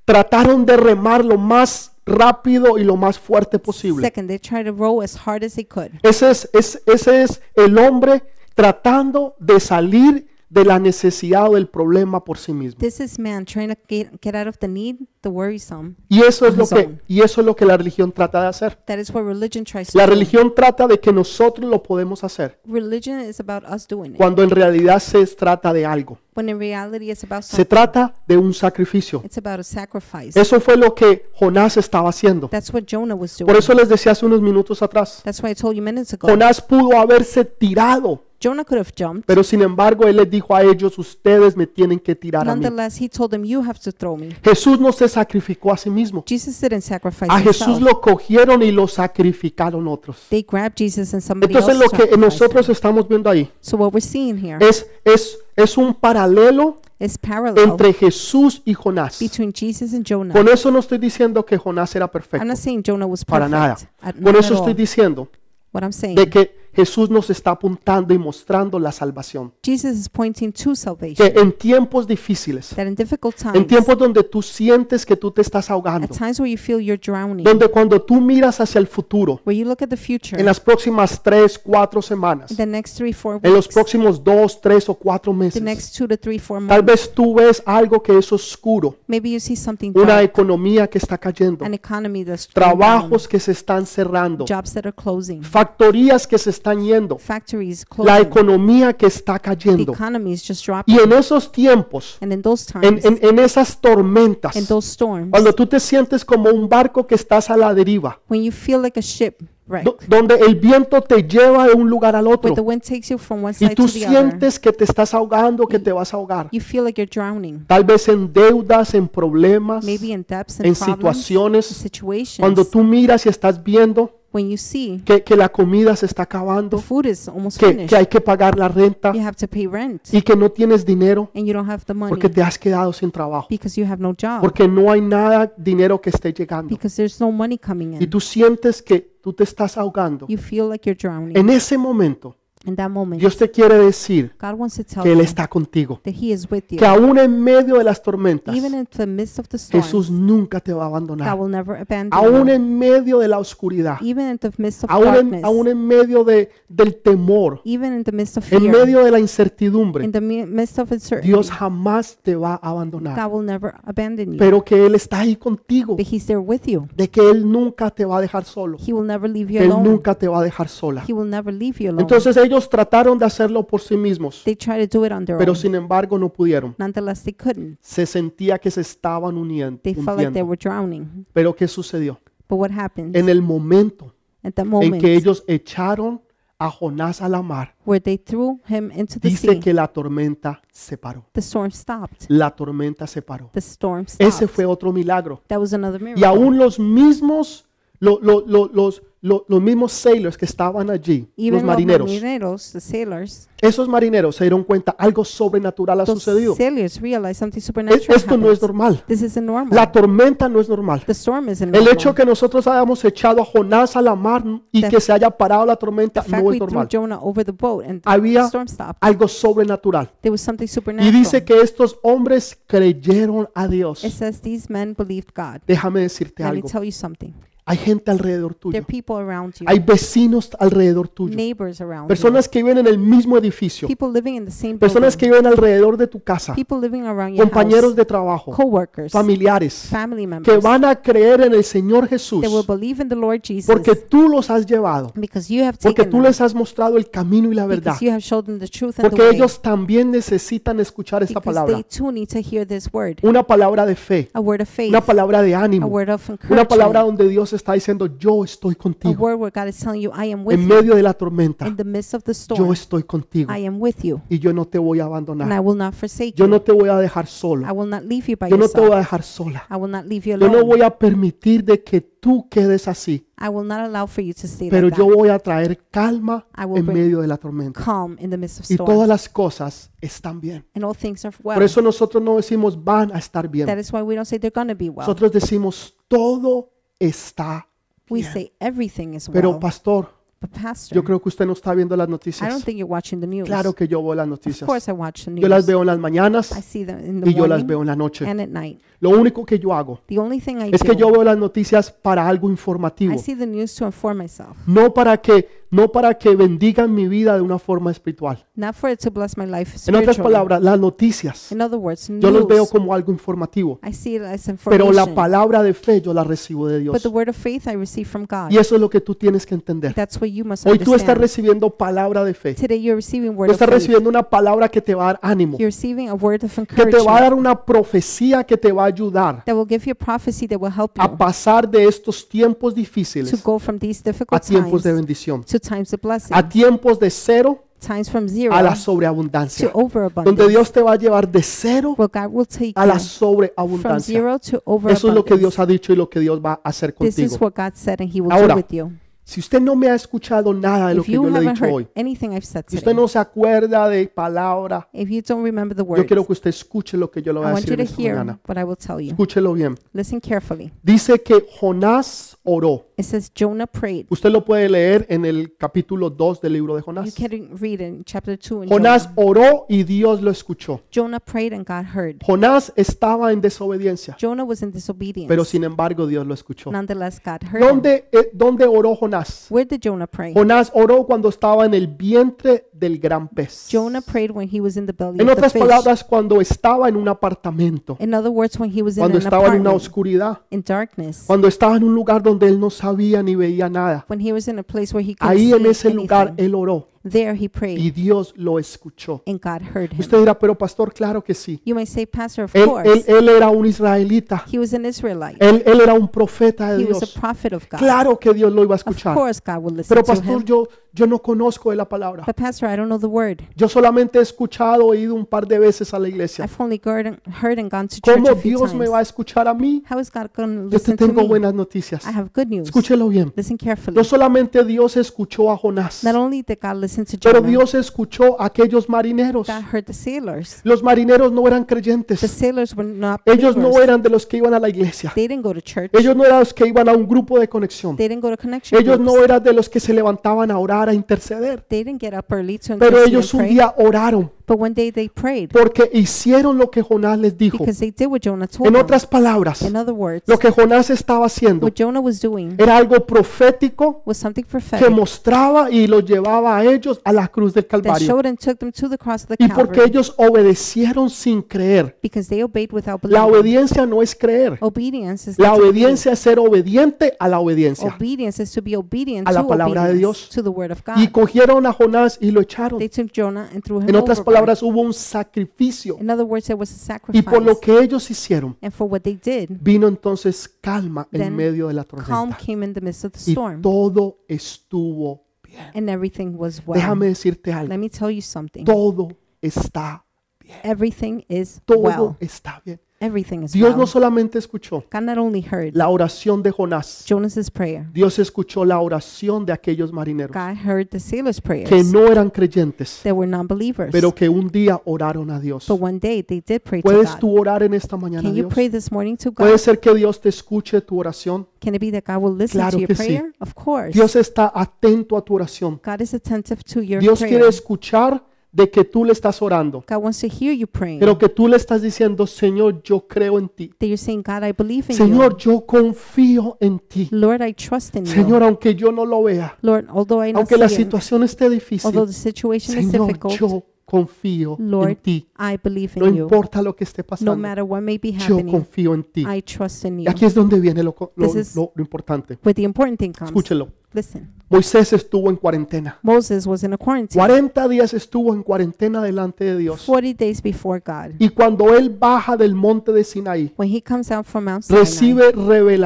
Speaker 1: trataron de remar lo más rápido y lo más fuerte
Speaker 2: money.
Speaker 1: posible.
Speaker 2: Second, they tried to row as hard as they could.
Speaker 1: Ese es, es- ese es el hombre tratando de salir de la necesidad o del problema por sí mismo.
Speaker 2: This is man trying to get, get out of the need, the worrisome.
Speaker 1: Y eso es lo
Speaker 2: His
Speaker 1: que
Speaker 2: own.
Speaker 1: y eso es lo que la religión trata de hacer.
Speaker 2: That is what religion tries to
Speaker 1: La
Speaker 2: do.
Speaker 1: religión trata de que nosotros lo podemos hacer,
Speaker 2: Religion is about us doing it,
Speaker 1: cuando en realidad se trata de algo.
Speaker 2: when in reality it's about
Speaker 1: Se
Speaker 2: something.
Speaker 1: trata de un sacrificio.
Speaker 2: It's about a sacrifice.
Speaker 1: Eso fue lo que Jonás estaba haciendo.
Speaker 2: That's what Jonah was doing.
Speaker 1: Por eso les decía hace unos minutos atrás,
Speaker 2: That's why I told you minutes ago.
Speaker 1: Jonás pudo haberse tirado
Speaker 2: Jonah could have jumped.
Speaker 1: Pero sin embargo, Él les dijo a ellos, ustedes me tienen que tirar a mí.
Speaker 2: Nonetheless, he told them, You have to throw me.
Speaker 1: Jesús no se sacrificó a sí mismo.
Speaker 2: Jesus didn't sacrifice
Speaker 1: A Jesús
Speaker 2: himself.
Speaker 1: lo cogieron y lo sacrificaron otros.
Speaker 2: They grabbed Jesus and somebody
Speaker 1: Entonces
Speaker 2: else
Speaker 1: lo que
Speaker 2: sacrificed
Speaker 1: nosotros
Speaker 2: him.
Speaker 1: estamos viendo ahí
Speaker 2: So what we're seeing here
Speaker 1: es, es, es un paralelo
Speaker 2: is parallel
Speaker 1: entre Jesús y Jonás.
Speaker 2: between Jesus and Jonah.
Speaker 1: Con eso no estoy diciendo que Jonás era
Speaker 2: I'm
Speaker 1: perfecto,
Speaker 2: not saying Jonah was perfect.
Speaker 1: para nada.
Speaker 2: At,
Speaker 1: Con
Speaker 2: not at
Speaker 1: eso estoy
Speaker 2: all.
Speaker 1: diciendo
Speaker 2: What I'm saying,
Speaker 1: de que Jesús nos está apuntando y mostrando la salvación.
Speaker 2: Jesus is pointing to salvation.
Speaker 1: Que en tiempos difíciles,
Speaker 2: That in difficult times,
Speaker 1: en tiempos donde tú sientes que tú te estás
Speaker 2: at
Speaker 1: ahogando,
Speaker 2: times where you feel you're drowning,
Speaker 1: donde cuando tú miras hacia el futuro,
Speaker 2: where you look at the future,
Speaker 1: en las próximas tres, cuatro semanas,
Speaker 2: the next three, four
Speaker 1: en los
Speaker 2: weeks,
Speaker 1: próximos dos, tres o cuatro
Speaker 2: the
Speaker 1: meses,
Speaker 2: next two to three, four
Speaker 1: tal
Speaker 2: months,
Speaker 1: vez tú ves algo que es oscuro,
Speaker 2: maybe you see something
Speaker 1: una
Speaker 2: dark,
Speaker 1: economía que está cayendo,
Speaker 2: an economy that's going down,
Speaker 1: trabajos que se están cerrando,
Speaker 2: jobs that are closing,
Speaker 1: factorías que se están yendo,
Speaker 2: factories closing,
Speaker 1: la economía que está
Speaker 2: the
Speaker 1: cayendo.
Speaker 2: economy is just dropping.
Speaker 1: Y en esos tiempos,
Speaker 2: and in those times,
Speaker 1: en, en- en esas tormentas,
Speaker 2: in those storms,
Speaker 1: cuando tú te sientes como un barco que estás a la deriva,
Speaker 2: when you feel like a ship wreck,
Speaker 1: do- donde el viento te lleva de un lugar al otro,
Speaker 2: where the wind takes you from one
Speaker 1: y
Speaker 2: side to
Speaker 1: tú
Speaker 2: the other,
Speaker 1: sientes que te estás ahogando, que te vas a ahogar.
Speaker 2: you feel like you're drowning.
Speaker 1: Tal vez en deudas, en problemas,
Speaker 2: maybe in depths
Speaker 1: en
Speaker 2: and problems,
Speaker 1: situaciones,
Speaker 2: situations,
Speaker 1: cuando tú miras y estás viendo
Speaker 2: when you see
Speaker 1: que, que la comida se está
Speaker 2: the
Speaker 1: acabando,
Speaker 2: food is almost
Speaker 1: que,
Speaker 2: finished,
Speaker 1: que hay que pagar la renta
Speaker 2: you have to pay rent
Speaker 1: y que no tienes dinero
Speaker 2: and you don't have the money
Speaker 1: porque te has quedado sin trabajo,
Speaker 2: because you have no job
Speaker 1: porque no hay nada dinero que esté llegando
Speaker 2: because there's no money coming
Speaker 1: y
Speaker 2: in.
Speaker 1: tú sientes que tú te estás ahogando.
Speaker 2: You feel like you're drowning.
Speaker 1: En ese momento,
Speaker 2: in that moment,
Speaker 1: Dios te quiere decir
Speaker 2: God wants to tell
Speaker 1: que Él
Speaker 2: you
Speaker 1: está contigo,
Speaker 2: that He is with you.
Speaker 1: que aún en medio de las tormentas,
Speaker 2: Even in the midst of the storm,
Speaker 1: Jesús nunca te va a abandonar.
Speaker 2: God will never abandon
Speaker 1: aún
Speaker 2: you.
Speaker 1: en medio de la oscuridad,
Speaker 2: Even in the midst of
Speaker 1: aún
Speaker 2: darkness,
Speaker 1: en, aún en medio de, del temor,
Speaker 2: even in the midst of
Speaker 1: en
Speaker 2: fear,
Speaker 1: medio de la incertidumbre,
Speaker 2: in the mi- midst of uncertainty,
Speaker 1: Dios jamás te va a abandonar.
Speaker 2: God will never abandon you.
Speaker 1: Pero que Él está ahí contigo,
Speaker 2: but He's there with you.
Speaker 1: de que Él nunca te va a dejar solo,
Speaker 2: He will never leave you
Speaker 1: que Él
Speaker 2: alone.
Speaker 1: nunca te va a dejar sola.
Speaker 2: He will never leave you alone.
Speaker 1: Entonces ellos trataron de hacerlo por sí mismos,
Speaker 2: they try to do it on their
Speaker 1: pero
Speaker 2: own.
Speaker 1: sin embargo no pudieron.
Speaker 2: Nonetheless, they couldn't.
Speaker 1: Se sentía que se estaban uniendo,
Speaker 2: They felt like they
Speaker 1: hundiendo.
Speaker 2: were drowning.
Speaker 1: Pero ¿qué sucedió?
Speaker 2: But what happened
Speaker 1: En el momento
Speaker 2: at that
Speaker 1: en
Speaker 2: moment
Speaker 1: que ellos echaron a Jonás a la mar,
Speaker 2: where they threw him into the
Speaker 1: dice
Speaker 2: sea?
Speaker 1: que la tormenta se paró.
Speaker 2: The storm stopped.
Speaker 1: La tormenta se paró.
Speaker 2: The storm stopped.
Speaker 1: Ese fue otro milagro.
Speaker 2: that was another
Speaker 1: Y
Speaker 2: miracle.
Speaker 1: aún los mismos, lo- lo- lo- los, lo- los mismos sailors que estaban allí, los
Speaker 2: Even
Speaker 1: marineros,
Speaker 2: los marineros, the sailors,
Speaker 1: esos marineros se dieron cuenta algo sobrenatural ha
Speaker 2: those
Speaker 1: sucedido.
Speaker 2: sailors realized something
Speaker 1: Es-
Speaker 2: supernatural.
Speaker 1: Esto no es
Speaker 2: happened.
Speaker 1: normal.
Speaker 2: This isn't normal.
Speaker 1: La tormenta no es normal.
Speaker 2: the storm isn't
Speaker 1: El
Speaker 2: normal.
Speaker 1: hecho que nosotros hayamos echado a Jonás a la mar y
Speaker 2: The-
Speaker 1: que se haya parado la tormenta
Speaker 2: In fact,
Speaker 1: no
Speaker 2: we
Speaker 1: es
Speaker 2: threw
Speaker 1: normal.
Speaker 2: Jonah over the boat and the
Speaker 1: Había
Speaker 2: storm stopped.
Speaker 1: algo sobrenatural.
Speaker 2: There was something
Speaker 1: Y
Speaker 2: supernatural.
Speaker 1: dice que estos hombres creyeron a Dios.
Speaker 2: it says these men believed God.
Speaker 1: Déjame decirte
Speaker 2: Let me
Speaker 1: algo.
Speaker 2: tell you something.
Speaker 1: Hay gente alrededor
Speaker 2: There are
Speaker 1: tuyo.
Speaker 2: people around you,
Speaker 1: Hay vecinos alrededor tuyo.
Speaker 2: neighbors around
Speaker 1: Personas que viven en el mismo edificio.
Speaker 2: you, people living in the same
Speaker 1: Personas que
Speaker 2: building,
Speaker 1: viven alrededor de tu casa.
Speaker 2: people living around your
Speaker 1: Compañeros
Speaker 2: house,
Speaker 1: de trabajo.
Speaker 2: co-workers,
Speaker 1: Familiares.
Speaker 2: family members.
Speaker 1: Que van a creer en el Señor Jesús.
Speaker 2: They will believe in the Lord Jesus
Speaker 1: Porque tú los has llevado.
Speaker 2: because you have
Speaker 1: Porque
Speaker 2: taken
Speaker 1: tú
Speaker 2: them,
Speaker 1: les has mostrado el camino y la verdad.
Speaker 2: because you have showed them the truth and the
Speaker 1: Porque
Speaker 2: way,
Speaker 1: ellos también necesitan escuchar esta
Speaker 2: because they
Speaker 1: palabra.
Speaker 2: too need to hear this word,
Speaker 1: Una palabra de fe.
Speaker 2: a word of faith,
Speaker 1: Una palabra de
Speaker 2: a
Speaker 1: ánimo.
Speaker 2: word of
Speaker 1: Una palabra
Speaker 2: encouragement,
Speaker 1: donde Dios está diciendo, yo estoy
Speaker 2: a
Speaker 1: contigo.
Speaker 2: word where God is telling you, I am with
Speaker 1: En
Speaker 2: you
Speaker 1: medio de la tormenta,
Speaker 2: in the midst of the
Speaker 1: yo
Speaker 2: storm.
Speaker 1: estoy contigo.
Speaker 2: I am with you
Speaker 1: Y yo no te voy a
Speaker 2: and I
Speaker 1: abandonar.
Speaker 2: will not forsake
Speaker 1: Yo
Speaker 2: you.
Speaker 1: no te voy a dejar solo.
Speaker 2: I will not leave you by
Speaker 1: Yo no te voy
Speaker 2: yourself.
Speaker 1: a dejar sola.
Speaker 2: I will not leave you
Speaker 1: Yo no
Speaker 2: alone.
Speaker 1: voy a permitir de que tú quedes así.
Speaker 2: I will not allow for you to stay
Speaker 1: Pero
Speaker 2: like
Speaker 1: yo
Speaker 2: that.
Speaker 1: voy a traer calma
Speaker 2: I will
Speaker 1: en
Speaker 2: bring-
Speaker 1: medio de la tormenta.
Speaker 2: Calm in the midst of
Speaker 1: Y todas
Speaker 2: storm.
Speaker 1: las cosas están bien.
Speaker 2: And all things are
Speaker 1: Por
Speaker 2: well.
Speaker 1: eso nosotros no decimos van a estar bien.
Speaker 2: That is why we don't say they're going to be well.
Speaker 1: Nosotros decimos todo está
Speaker 2: We
Speaker 1: bien.
Speaker 2: say everything is
Speaker 1: Pero
Speaker 2: well.
Speaker 1: pastor,
Speaker 2: But pastor,
Speaker 1: yo creo que usted no está viendo las
Speaker 2: I don't
Speaker 1: noticias.
Speaker 2: think you're watching the news.
Speaker 1: Claro que yo veo las
Speaker 2: Of
Speaker 1: noticias.
Speaker 2: course I watch the news.
Speaker 1: Yo las veo en las
Speaker 2: I
Speaker 1: mañanas
Speaker 2: see them in the
Speaker 1: y yo las
Speaker 2: morning
Speaker 1: veo en la noche.
Speaker 2: and at night.
Speaker 1: Lo único que yo hago
Speaker 2: The only thing I
Speaker 1: es que yo
Speaker 2: do,
Speaker 1: veo las noticias para algo
Speaker 2: I
Speaker 1: informativo.
Speaker 2: see the news to inform myself.
Speaker 1: no para que no para que bendigan mi vida de una forma espiritual.
Speaker 2: Not for it to bless my life
Speaker 1: En otras
Speaker 2: spiritually.
Speaker 1: palabras, las noticias
Speaker 2: In other words,
Speaker 1: yo los veo
Speaker 2: news.
Speaker 1: como algo informativo,
Speaker 2: I see it as
Speaker 1: pero la
Speaker 2: information.
Speaker 1: palabra de fe yo la recibo de
Speaker 2: But
Speaker 1: Dios.
Speaker 2: the word of faith I receive from God.
Speaker 1: Y eso es lo que tú tienes que entender.
Speaker 2: That's what you must
Speaker 1: Hoy tú estás
Speaker 2: understand.
Speaker 1: recibiendo palabra de fe.
Speaker 2: Today you're receiving word
Speaker 1: Tú
Speaker 2: of
Speaker 1: estás
Speaker 2: faith.
Speaker 1: recibiendo una palabra que te va a dar ánimo,
Speaker 2: You're receiving a word of
Speaker 1: que te va a
Speaker 2: encouragement
Speaker 1: dar una profecía que te va a ayudar
Speaker 2: that will give you a prophecy that will help
Speaker 1: a
Speaker 2: you
Speaker 1: pasar de estos tiempos
Speaker 2: to
Speaker 1: difíciles
Speaker 2: go from these
Speaker 1: a
Speaker 2: difficult
Speaker 1: tiempos
Speaker 2: times
Speaker 1: de bendición,
Speaker 2: to times of blessing,
Speaker 1: a tiempos de cero
Speaker 2: times from
Speaker 1: a la
Speaker 2: zero
Speaker 1: sobreabundancia,
Speaker 2: to
Speaker 1: donde Dios
Speaker 2: overabundance.
Speaker 1: te va a llevar de cero
Speaker 2: Well, God will take
Speaker 1: a la
Speaker 2: you from
Speaker 1: sobreabundancia.
Speaker 2: zero to
Speaker 1: Eso es lo que Dios
Speaker 2: overabundance.
Speaker 1: ha dicho y lo que Dios va a hacer
Speaker 2: This is
Speaker 1: contigo.
Speaker 2: what God said and He will
Speaker 1: Ahora,
Speaker 2: do with you.
Speaker 1: Si usted no me ha escuchado nada de lo
Speaker 2: If
Speaker 1: que
Speaker 2: you
Speaker 1: yo le he
Speaker 2: haven't
Speaker 1: dicho
Speaker 2: heard
Speaker 1: hoy,
Speaker 2: anything I've said
Speaker 1: si usted
Speaker 2: today,
Speaker 1: no se acuerda de palabra,
Speaker 2: if you don't remember the
Speaker 1: yo
Speaker 2: words,
Speaker 1: quiero que usted escuche lo que yo le voy
Speaker 2: I
Speaker 1: a
Speaker 2: want
Speaker 1: decir
Speaker 2: you
Speaker 1: en
Speaker 2: to
Speaker 1: esta
Speaker 2: hear
Speaker 1: mañana.
Speaker 2: what I will tell you.
Speaker 1: Escúchelo bien.
Speaker 2: Listen carefully.
Speaker 1: Dice que Jonás oró.
Speaker 2: It says Jonah prayed.
Speaker 1: Usted lo puede leer en el capítulo 2 del libro de
Speaker 2: You
Speaker 1: Jonás.
Speaker 2: can read in chapter 2 and Jonah.
Speaker 1: Jonás oró y Dios lo escuchó.
Speaker 2: Jonah prayed and God heard.
Speaker 1: Jonás estaba en desobediencia,
Speaker 2: Jonah was in disobedience.
Speaker 1: pero sin embargo Dios lo escuchó.
Speaker 2: Nonetheless, God heard him.
Speaker 1: ¿Dónde, eh, dónde oró Jonás?
Speaker 2: Where did Jonah pray?
Speaker 1: Jonás oró cuando estaba en el vientre del gran pez.
Speaker 2: Jonah prayed when he was in the belly
Speaker 1: En
Speaker 2: of the
Speaker 1: otras
Speaker 2: fish.
Speaker 1: palabras, cuando estaba en un apartamento,
Speaker 2: in other words, when he was in
Speaker 1: cuando
Speaker 2: an
Speaker 1: estaba en una
Speaker 2: apartment,
Speaker 1: oscuridad,
Speaker 2: in darkness,
Speaker 1: cuando estaba en un lugar donde él no sabía ni veía nada.
Speaker 2: when he was in a place where he couldn't
Speaker 1: Ahí en
Speaker 2: see
Speaker 1: ese lugar
Speaker 2: anything,
Speaker 1: él oró
Speaker 2: there he prayed
Speaker 1: y Dios lo escuchó.
Speaker 2: and God heard him.
Speaker 1: Usted dirá, pero pastor, claro que sí.
Speaker 2: You may say, Pastor, of
Speaker 1: Él,
Speaker 2: course,
Speaker 1: él- él era un israelita,
Speaker 2: he was an Israelite.
Speaker 1: él, él era un profeta de
Speaker 2: He was
Speaker 1: Dios.
Speaker 2: a prophet of God.
Speaker 1: Claro que Dios lo iba a
Speaker 2: Of
Speaker 1: escuchar.
Speaker 2: course, God will listen
Speaker 1: Pero
Speaker 2: to
Speaker 1: pastor,
Speaker 2: him.
Speaker 1: yo, yo no conozco de la palabra.
Speaker 2: But Pastor, I don't know the word.
Speaker 1: Yo solamente he escuchado, he ido un par de veces a la iglesia.
Speaker 2: I've only heard heard and gone to church
Speaker 1: ¿Cómo
Speaker 2: a few
Speaker 1: Dios me
Speaker 2: times.
Speaker 1: va a escuchar a mí?
Speaker 2: How is God going to
Speaker 1: Yo te
Speaker 2: listen to
Speaker 1: tengo
Speaker 2: me?
Speaker 1: buenas noticias.
Speaker 2: I have good news.
Speaker 1: Escúchelo bien.
Speaker 2: Listen carefully.
Speaker 1: No solamente Dios escuchó a Jonás,
Speaker 2: Not only did God listen to
Speaker 1: pero
Speaker 2: Jonah,
Speaker 1: Dios escuchó a aquellos marineros.
Speaker 2: God heard the sailors.
Speaker 1: Los marineros no eran
Speaker 2: The
Speaker 1: creyentes.
Speaker 2: sailors were not
Speaker 1: Ellos no
Speaker 2: believers.
Speaker 1: eran de los que iban a la iglesia.
Speaker 2: They didn't go to church.
Speaker 1: Ellos no eran los que iban a un grupo de conexión.
Speaker 2: They didn't go to connection
Speaker 1: Ellos
Speaker 2: groups.
Speaker 1: no eran de los que se levantaban a orar, a interceder.
Speaker 2: They didn't get up early to
Speaker 1: Pero
Speaker 2: intercede
Speaker 1: ellos
Speaker 2: and
Speaker 1: un
Speaker 2: pray.
Speaker 1: día oraron
Speaker 2: But one day they prayed
Speaker 1: porque hicieron lo que Jonás les dijo.
Speaker 2: because they did what Jonah told
Speaker 1: En
Speaker 2: them.
Speaker 1: otras palabras,
Speaker 2: In other words,
Speaker 1: lo que Jonás estaba haciendo
Speaker 2: what Jonah was doing
Speaker 1: era algo profético
Speaker 2: was something
Speaker 1: que
Speaker 2: prophetic
Speaker 1: mostraba y los llevaba a ellos a la cruz del
Speaker 2: that
Speaker 1: Calvario.
Speaker 2: showed and took them to the cross of the
Speaker 1: Y porque
Speaker 2: Calvary
Speaker 1: ellos obedecieron sin creer.
Speaker 2: because they obeyed without
Speaker 1: La
Speaker 2: believing.
Speaker 1: obediencia no es creer.
Speaker 2: Obedience is
Speaker 1: La
Speaker 2: not to believe.
Speaker 1: obediencia es ser obediente a la obediencia.
Speaker 2: Obedience is to be obedient
Speaker 1: A la
Speaker 2: to
Speaker 1: palabra de
Speaker 2: obedience,
Speaker 1: Dios.
Speaker 2: to the word of
Speaker 1: Y
Speaker 2: God.
Speaker 1: cogieron a Jonás y lo echaron.
Speaker 2: They took Jonah and threw him
Speaker 1: En otras
Speaker 2: overboard.
Speaker 1: palabras, hubo un sacrificio.
Speaker 2: In other words, there was a
Speaker 1: Y por
Speaker 2: sacrifice.
Speaker 1: lo que ellos hicieron,
Speaker 2: And for what they did,
Speaker 1: vino entonces calma en
Speaker 2: Then
Speaker 1: medio de la
Speaker 2: calm
Speaker 1: tormenta.
Speaker 2: came in the midst of the
Speaker 1: Y
Speaker 2: storm,
Speaker 1: todo estuvo bien.
Speaker 2: and everything was well.
Speaker 1: Déjame decirte
Speaker 2: Let
Speaker 1: algo.
Speaker 2: me tell you something.
Speaker 1: Todo está bien.
Speaker 2: Everything is
Speaker 1: Todo
Speaker 2: well.
Speaker 1: está bien.
Speaker 2: Everything is
Speaker 1: Dios no
Speaker 2: well.
Speaker 1: solamente escuchó
Speaker 2: God not only heard
Speaker 1: la oración de Jonás,
Speaker 2: Jonas's prayer,
Speaker 1: Dios escuchó la oración de aquellos marineros
Speaker 2: God heard the sailors'
Speaker 1: que
Speaker 2: prayers.
Speaker 1: no eran creyentes,
Speaker 2: They were non-believers,
Speaker 1: pero que un día oraron a Dios.
Speaker 2: but one day they did pray to
Speaker 1: ¿Puedes
Speaker 2: God.
Speaker 1: tú orar en esta mañana a
Speaker 2: Can you
Speaker 1: Dios?
Speaker 2: pray this morning to
Speaker 1: ¿Puede
Speaker 2: God?
Speaker 1: ser que Dios te escuche tu oración?
Speaker 2: Can it be that God will listen
Speaker 1: Claro
Speaker 2: to your
Speaker 1: que sí.
Speaker 2: prayer? Of course.
Speaker 1: Dios está atento a tu oración.
Speaker 2: God is attentive to your
Speaker 1: Dios
Speaker 2: prayer.
Speaker 1: quiere escuchar de que tú le estás orando,
Speaker 2: God wants to hear you praying.
Speaker 1: pero que tú le estás diciendo, Señor, yo creo en ti.
Speaker 2: that you're saying, God, I believe in
Speaker 1: Señor, yo confío en ti.
Speaker 2: you. Lord, I trust in you.
Speaker 1: Señor, aunque yo no lo vea,
Speaker 2: Lord, although I not
Speaker 1: aunque la
Speaker 2: see it,
Speaker 1: situación esté difícil,
Speaker 2: although the situation is
Speaker 1: Señor,
Speaker 2: difficult,
Speaker 1: yo confío en
Speaker 2: Lord,
Speaker 1: ti.
Speaker 2: I believe
Speaker 1: No
Speaker 2: in you.
Speaker 1: importa lo que esté
Speaker 2: No
Speaker 1: pasando,
Speaker 2: matter what may be
Speaker 1: yo
Speaker 2: happening,
Speaker 1: confío en ti.
Speaker 2: I trust in
Speaker 1: Y
Speaker 2: you.
Speaker 1: aquí es donde viene lo, co- lo-
Speaker 2: This is-
Speaker 1: lo- lo importante.
Speaker 2: But the important thing comes.
Speaker 1: Escúchelo.
Speaker 2: Listen,
Speaker 1: Moisés estuvo en cuarentena.
Speaker 2: Moses was in a quarantine
Speaker 1: 40 días estuvo en cuarentena delante de Dios.
Speaker 2: 40 days before God.
Speaker 1: Y cuando él baja del monte de Sinaí,
Speaker 2: When he comes out from Mount Sinai,
Speaker 1: recibe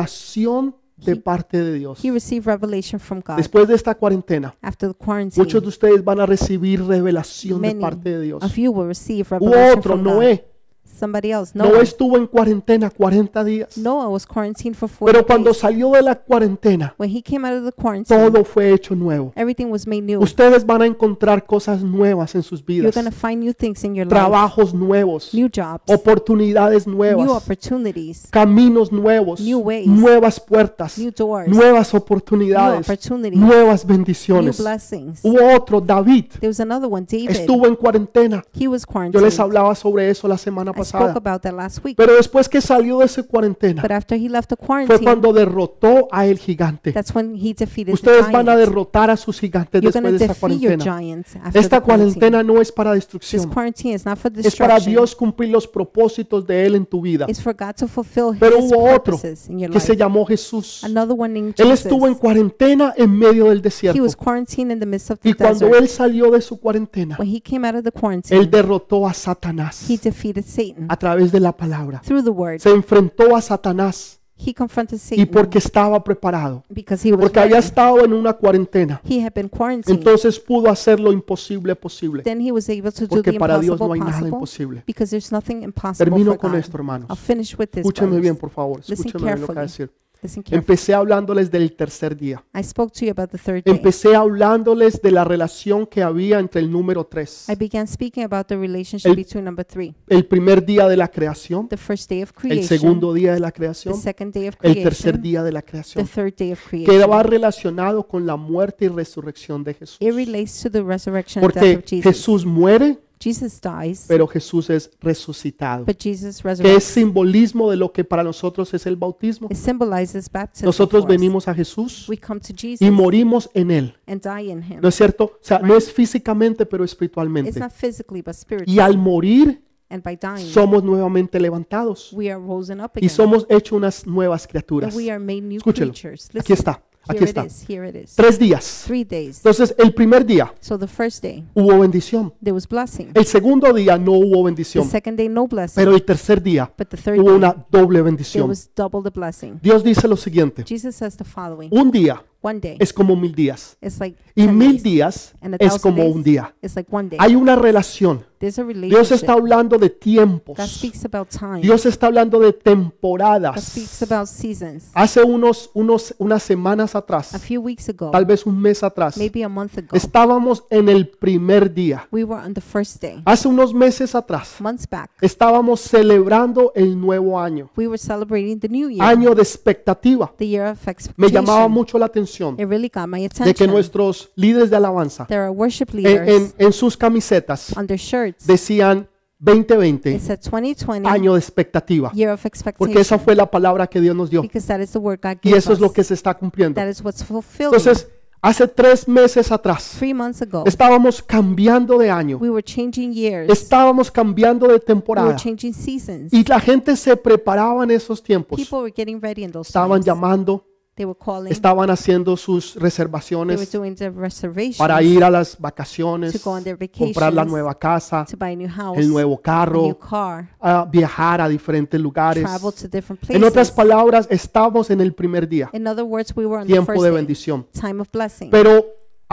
Speaker 1: revelación de parte de Dios.
Speaker 2: he received revelation from God
Speaker 1: Después de esta cuarentena,
Speaker 2: after the
Speaker 1: muchos de
Speaker 2: quarantine.
Speaker 1: ustedes van a recibir revelación de
Speaker 2: Many
Speaker 1: parte de Dios.
Speaker 2: of you will receive
Speaker 1: Hubo
Speaker 2: revelation
Speaker 1: otro,
Speaker 2: from God.
Speaker 1: Noé.
Speaker 2: Somebody else,
Speaker 1: Noé
Speaker 2: Noah.
Speaker 1: estuvo en cuarentena 40 días.
Speaker 2: Noah was quarantined for 40
Speaker 1: Pero cuando
Speaker 2: days.
Speaker 1: salió de la cuarentena,
Speaker 2: When he came out of the quarantine,
Speaker 1: todo fue hecho nuevo.
Speaker 2: everything was made new.
Speaker 1: Ustedes van a encontrar cosas nuevas en sus
Speaker 2: You're
Speaker 1: vidas.
Speaker 2: going to find new things in your life,
Speaker 1: Trabajos nuevos,
Speaker 2: new jobs,
Speaker 1: oportunidades
Speaker 2: new
Speaker 1: nuevas,
Speaker 2: opportunities,
Speaker 1: caminos nuevos,
Speaker 2: New ways.
Speaker 1: nuevas puertas,
Speaker 2: new doors, new
Speaker 1: nuevas oportunidades,
Speaker 2: opportunities,
Speaker 1: nuevas
Speaker 2: new
Speaker 1: bendiciones.
Speaker 2: blessings.
Speaker 1: Hubo otro, David,
Speaker 2: There was another one, David.
Speaker 1: estuvo en cuarentena.
Speaker 2: He was
Speaker 1: Yo les
Speaker 2: quarantined.
Speaker 1: hablaba sobre eso la semana
Speaker 2: I spoke
Speaker 1: pasada.
Speaker 2: about that last week.
Speaker 1: Pero después que salió de esa cuarentena,
Speaker 2: But after he left the
Speaker 1: fue
Speaker 2: quarantine,
Speaker 1: cuando derrotó a el gigante.
Speaker 2: that's when he defeated the
Speaker 1: Ustedes van a
Speaker 2: giant.
Speaker 1: derrotar a sus gigantes
Speaker 2: You're going
Speaker 1: después
Speaker 2: to
Speaker 1: de esta
Speaker 2: defeat your
Speaker 1: cuarentena.
Speaker 2: giants after
Speaker 1: Esta
Speaker 2: the quarantine.
Speaker 1: cuarentena no es para
Speaker 2: This
Speaker 1: destrucción,
Speaker 2: quarantine is not for
Speaker 1: es para
Speaker 2: destruction.
Speaker 1: Dios cumplir los propósitos de Él en tu vida.
Speaker 2: It's for God to fulfill
Speaker 1: Pero
Speaker 2: his
Speaker 1: hubo otro
Speaker 2: purposes in your
Speaker 1: que
Speaker 2: life.
Speaker 1: se llamó Jesús.
Speaker 2: Another one named
Speaker 1: Él estuvo en
Speaker 2: Jesus.
Speaker 1: cuarentena en medio del
Speaker 2: He
Speaker 1: desierto.
Speaker 2: was quarantined in the midst of the
Speaker 1: Y cuando
Speaker 2: desert.
Speaker 1: Él salió de su cuarentena,
Speaker 2: When he came out of the
Speaker 1: Él
Speaker 2: quarantine,
Speaker 1: derrotó a Satanás
Speaker 2: he defeated Satan
Speaker 1: a través de la palabra.
Speaker 2: through the word.
Speaker 1: Se enfrentó a Satanás
Speaker 2: He confronted
Speaker 1: y
Speaker 2: Satan
Speaker 1: porque estaba preparado,
Speaker 2: because he was
Speaker 1: porque había
Speaker 2: ready.
Speaker 1: estado en una cuarentena,
Speaker 2: He had been quarantined.
Speaker 1: entonces pudo hacer lo imposible posible.
Speaker 2: Then he was able to do
Speaker 1: Porque
Speaker 2: the
Speaker 1: para Dios no
Speaker 2: impossible
Speaker 1: hay nada
Speaker 2: possible
Speaker 1: imposible.
Speaker 2: because there's nothing impossible
Speaker 1: Termino
Speaker 2: for
Speaker 1: con esto,
Speaker 2: God.
Speaker 1: hermanos.
Speaker 2: I'll finish with this.
Speaker 1: Escúcheme
Speaker 2: brothers.
Speaker 1: bien, por favor.
Speaker 2: Listen
Speaker 1: Escúcheme bien lo que voy a
Speaker 2: carefully.
Speaker 1: decir.
Speaker 2: Listen carefully.
Speaker 1: Empecé hablándoles del tercer día.
Speaker 2: I spoke to you about the third day.
Speaker 1: Empecé hablándoles de la relación que había entre el número 3,
Speaker 2: I began speaking about the relationship
Speaker 1: El-
Speaker 2: between number three,
Speaker 1: el primer día de la creación,
Speaker 2: the first day of
Speaker 1: el
Speaker 2: creation,
Speaker 1: segundo día de la
Speaker 2: the
Speaker 1: creación,
Speaker 2: second day of
Speaker 1: el tercer
Speaker 2: creation,
Speaker 1: día de la
Speaker 2: the
Speaker 1: creación,
Speaker 2: third day of
Speaker 1: que va
Speaker 2: creation.
Speaker 1: relacionado con la muerte y resurrección de Jesús.
Speaker 2: It relates to the resurrection and death
Speaker 1: Porque
Speaker 2: of Jesus.
Speaker 1: Jesús muere,
Speaker 2: Jesus dies,
Speaker 1: pero Jesús es resucitado,
Speaker 2: but Jesus
Speaker 1: que es
Speaker 2: resurrects.
Speaker 1: simbolismo de lo que para nosotros es el bautismo.
Speaker 2: It symbolizes baptism.
Speaker 1: Nosotros
Speaker 2: for us.
Speaker 1: venimos a Jesús
Speaker 2: We come to Jesus
Speaker 1: y morimos en Él.
Speaker 2: and die in Him.
Speaker 1: ¿No es cierto? O sea, no es físicamente, pero espiritualmente.
Speaker 2: It's not physically, but spiritually.
Speaker 1: Y al morir,
Speaker 2: And by dying,
Speaker 1: somos nuevamente levantados.
Speaker 2: we are risen up
Speaker 1: Y
Speaker 2: again.
Speaker 1: somos hechos unas nuevas criaturas.
Speaker 2: And we are made new
Speaker 1: Escúchelo.
Speaker 2: creatures.
Speaker 1: Aquí está, aquí
Speaker 2: here it
Speaker 1: está.
Speaker 2: is. Here it is.
Speaker 1: Tres días.
Speaker 2: Three days.
Speaker 1: Entonces, el primer día
Speaker 2: So the first day,
Speaker 1: hubo bendición.
Speaker 2: there was blessing.
Speaker 1: El segundo día no hubo
Speaker 2: The
Speaker 1: bendición.
Speaker 2: second day, no blessing.
Speaker 1: Pero el tercer día
Speaker 2: But the third
Speaker 1: hubo
Speaker 2: day,
Speaker 1: una doble
Speaker 2: there
Speaker 1: bendición.
Speaker 2: was double the blessing.
Speaker 1: Dios dice lo siguiente.
Speaker 2: Jesus says the following.
Speaker 1: Un día
Speaker 2: One day,
Speaker 1: es como mil días.
Speaker 2: it's like
Speaker 1: Y
Speaker 2: 10
Speaker 1: mil
Speaker 2: days.
Speaker 1: días
Speaker 2: And a
Speaker 1: es
Speaker 2: thousand
Speaker 1: como
Speaker 2: days,
Speaker 1: un día.
Speaker 2: It's like one day.
Speaker 1: Hay una relación.
Speaker 2: There's a
Speaker 1: Dios está
Speaker 2: relationship
Speaker 1: hablando de tiempos.
Speaker 2: that speaks about time.
Speaker 1: Dios está hablando de
Speaker 2: that
Speaker 1: temporadas.
Speaker 2: speaks about seasons.
Speaker 1: Hace unos, unos, unas semanas
Speaker 2: A
Speaker 1: atrás,
Speaker 2: few weeks ago,
Speaker 1: tal vez un mes atrás,
Speaker 2: maybe a month ago,
Speaker 1: estábamos en el primer día.
Speaker 2: we were on the first day.
Speaker 1: Hace unos meses atrás,
Speaker 2: Months back,
Speaker 1: estábamos celebrando el nuevo año,
Speaker 2: we were celebrating the new year,
Speaker 1: año de expectativa.
Speaker 2: the year of
Speaker 1: Me llamaba
Speaker 2: expectation.
Speaker 1: mucho la atención
Speaker 2: It really got my
Speaker 1: de que
Speaker 2: attention.
Speaker 1: nuestros líderes de alabanza
Speaker 2: There are worship
Speaker 1: en, en-
Speaker 2: leaders
Speaker 1: en sus camisetas
Speaker 2: on their shirts.
Speaker 1: decían
Speaker 2: It
Speaker 1: 2020,
Speaker 2: said 2020,
Speaker 1: año de expectativa,
Speaker 2: year of
Speaker 1: porque esa
Speaker 2: expectation,
Speaker 1: fue la palabra que Dios nos dio
Speaker 2: because that is the word God
Speaker 1: y
Speaker 2: gave
Speaker 1: eso es
Speaker 2: us.
Speaker 1: lo que se está cumpliendo.
Speaker 2: That is what's fulfilling.
Speaker 1: Entonces, hace tres meses atrás,
Speaker 2: Three months ago,
Speaker 1: estábamos cambiando de año,
Speaker 2: we were changing years.
Speaker 1: estábamos cambiando de
Speaker 2: We were
Speaker 1: temporada
Speaker 2: changing seasons.
Speaker 1: y la gente se preparaba en esos tiempos.
Speaker 2: People were getting ready in those
Speaker 1: Estaban
Speaker 2: times.
Speaker 1: llamando,
Speaker 2: They were calling.
Speaker 1: estaban haciendo sus
Speaker 2: They were
Speaker 1: reservaciones
Speaker 2: doing their reservations
Speaker 1: para ir a las vacaciones,
Speaker 2: to go on their vacations,
Speaker 1: comprar la nueva casa,
Speaker 2: to buy a new house,
Speaker 1: el nuevo
Speaker 2: a new
Speaker 1: carro,
Speaker 2: car,
Speaker 1: a viajar a diferentes lugares.
Speaker 2: travel to different places.
Speaker 1: En otras palabras, estamos en el primer día,
Speaker 2: In other words, we were on the
Speaker 1: tiempo
Speaker 2: first
Speaker 1: de
Speaker 2: day,
Speaker 1: bendición.
Speaker 2: time of blessing.
Speaker 1: Pero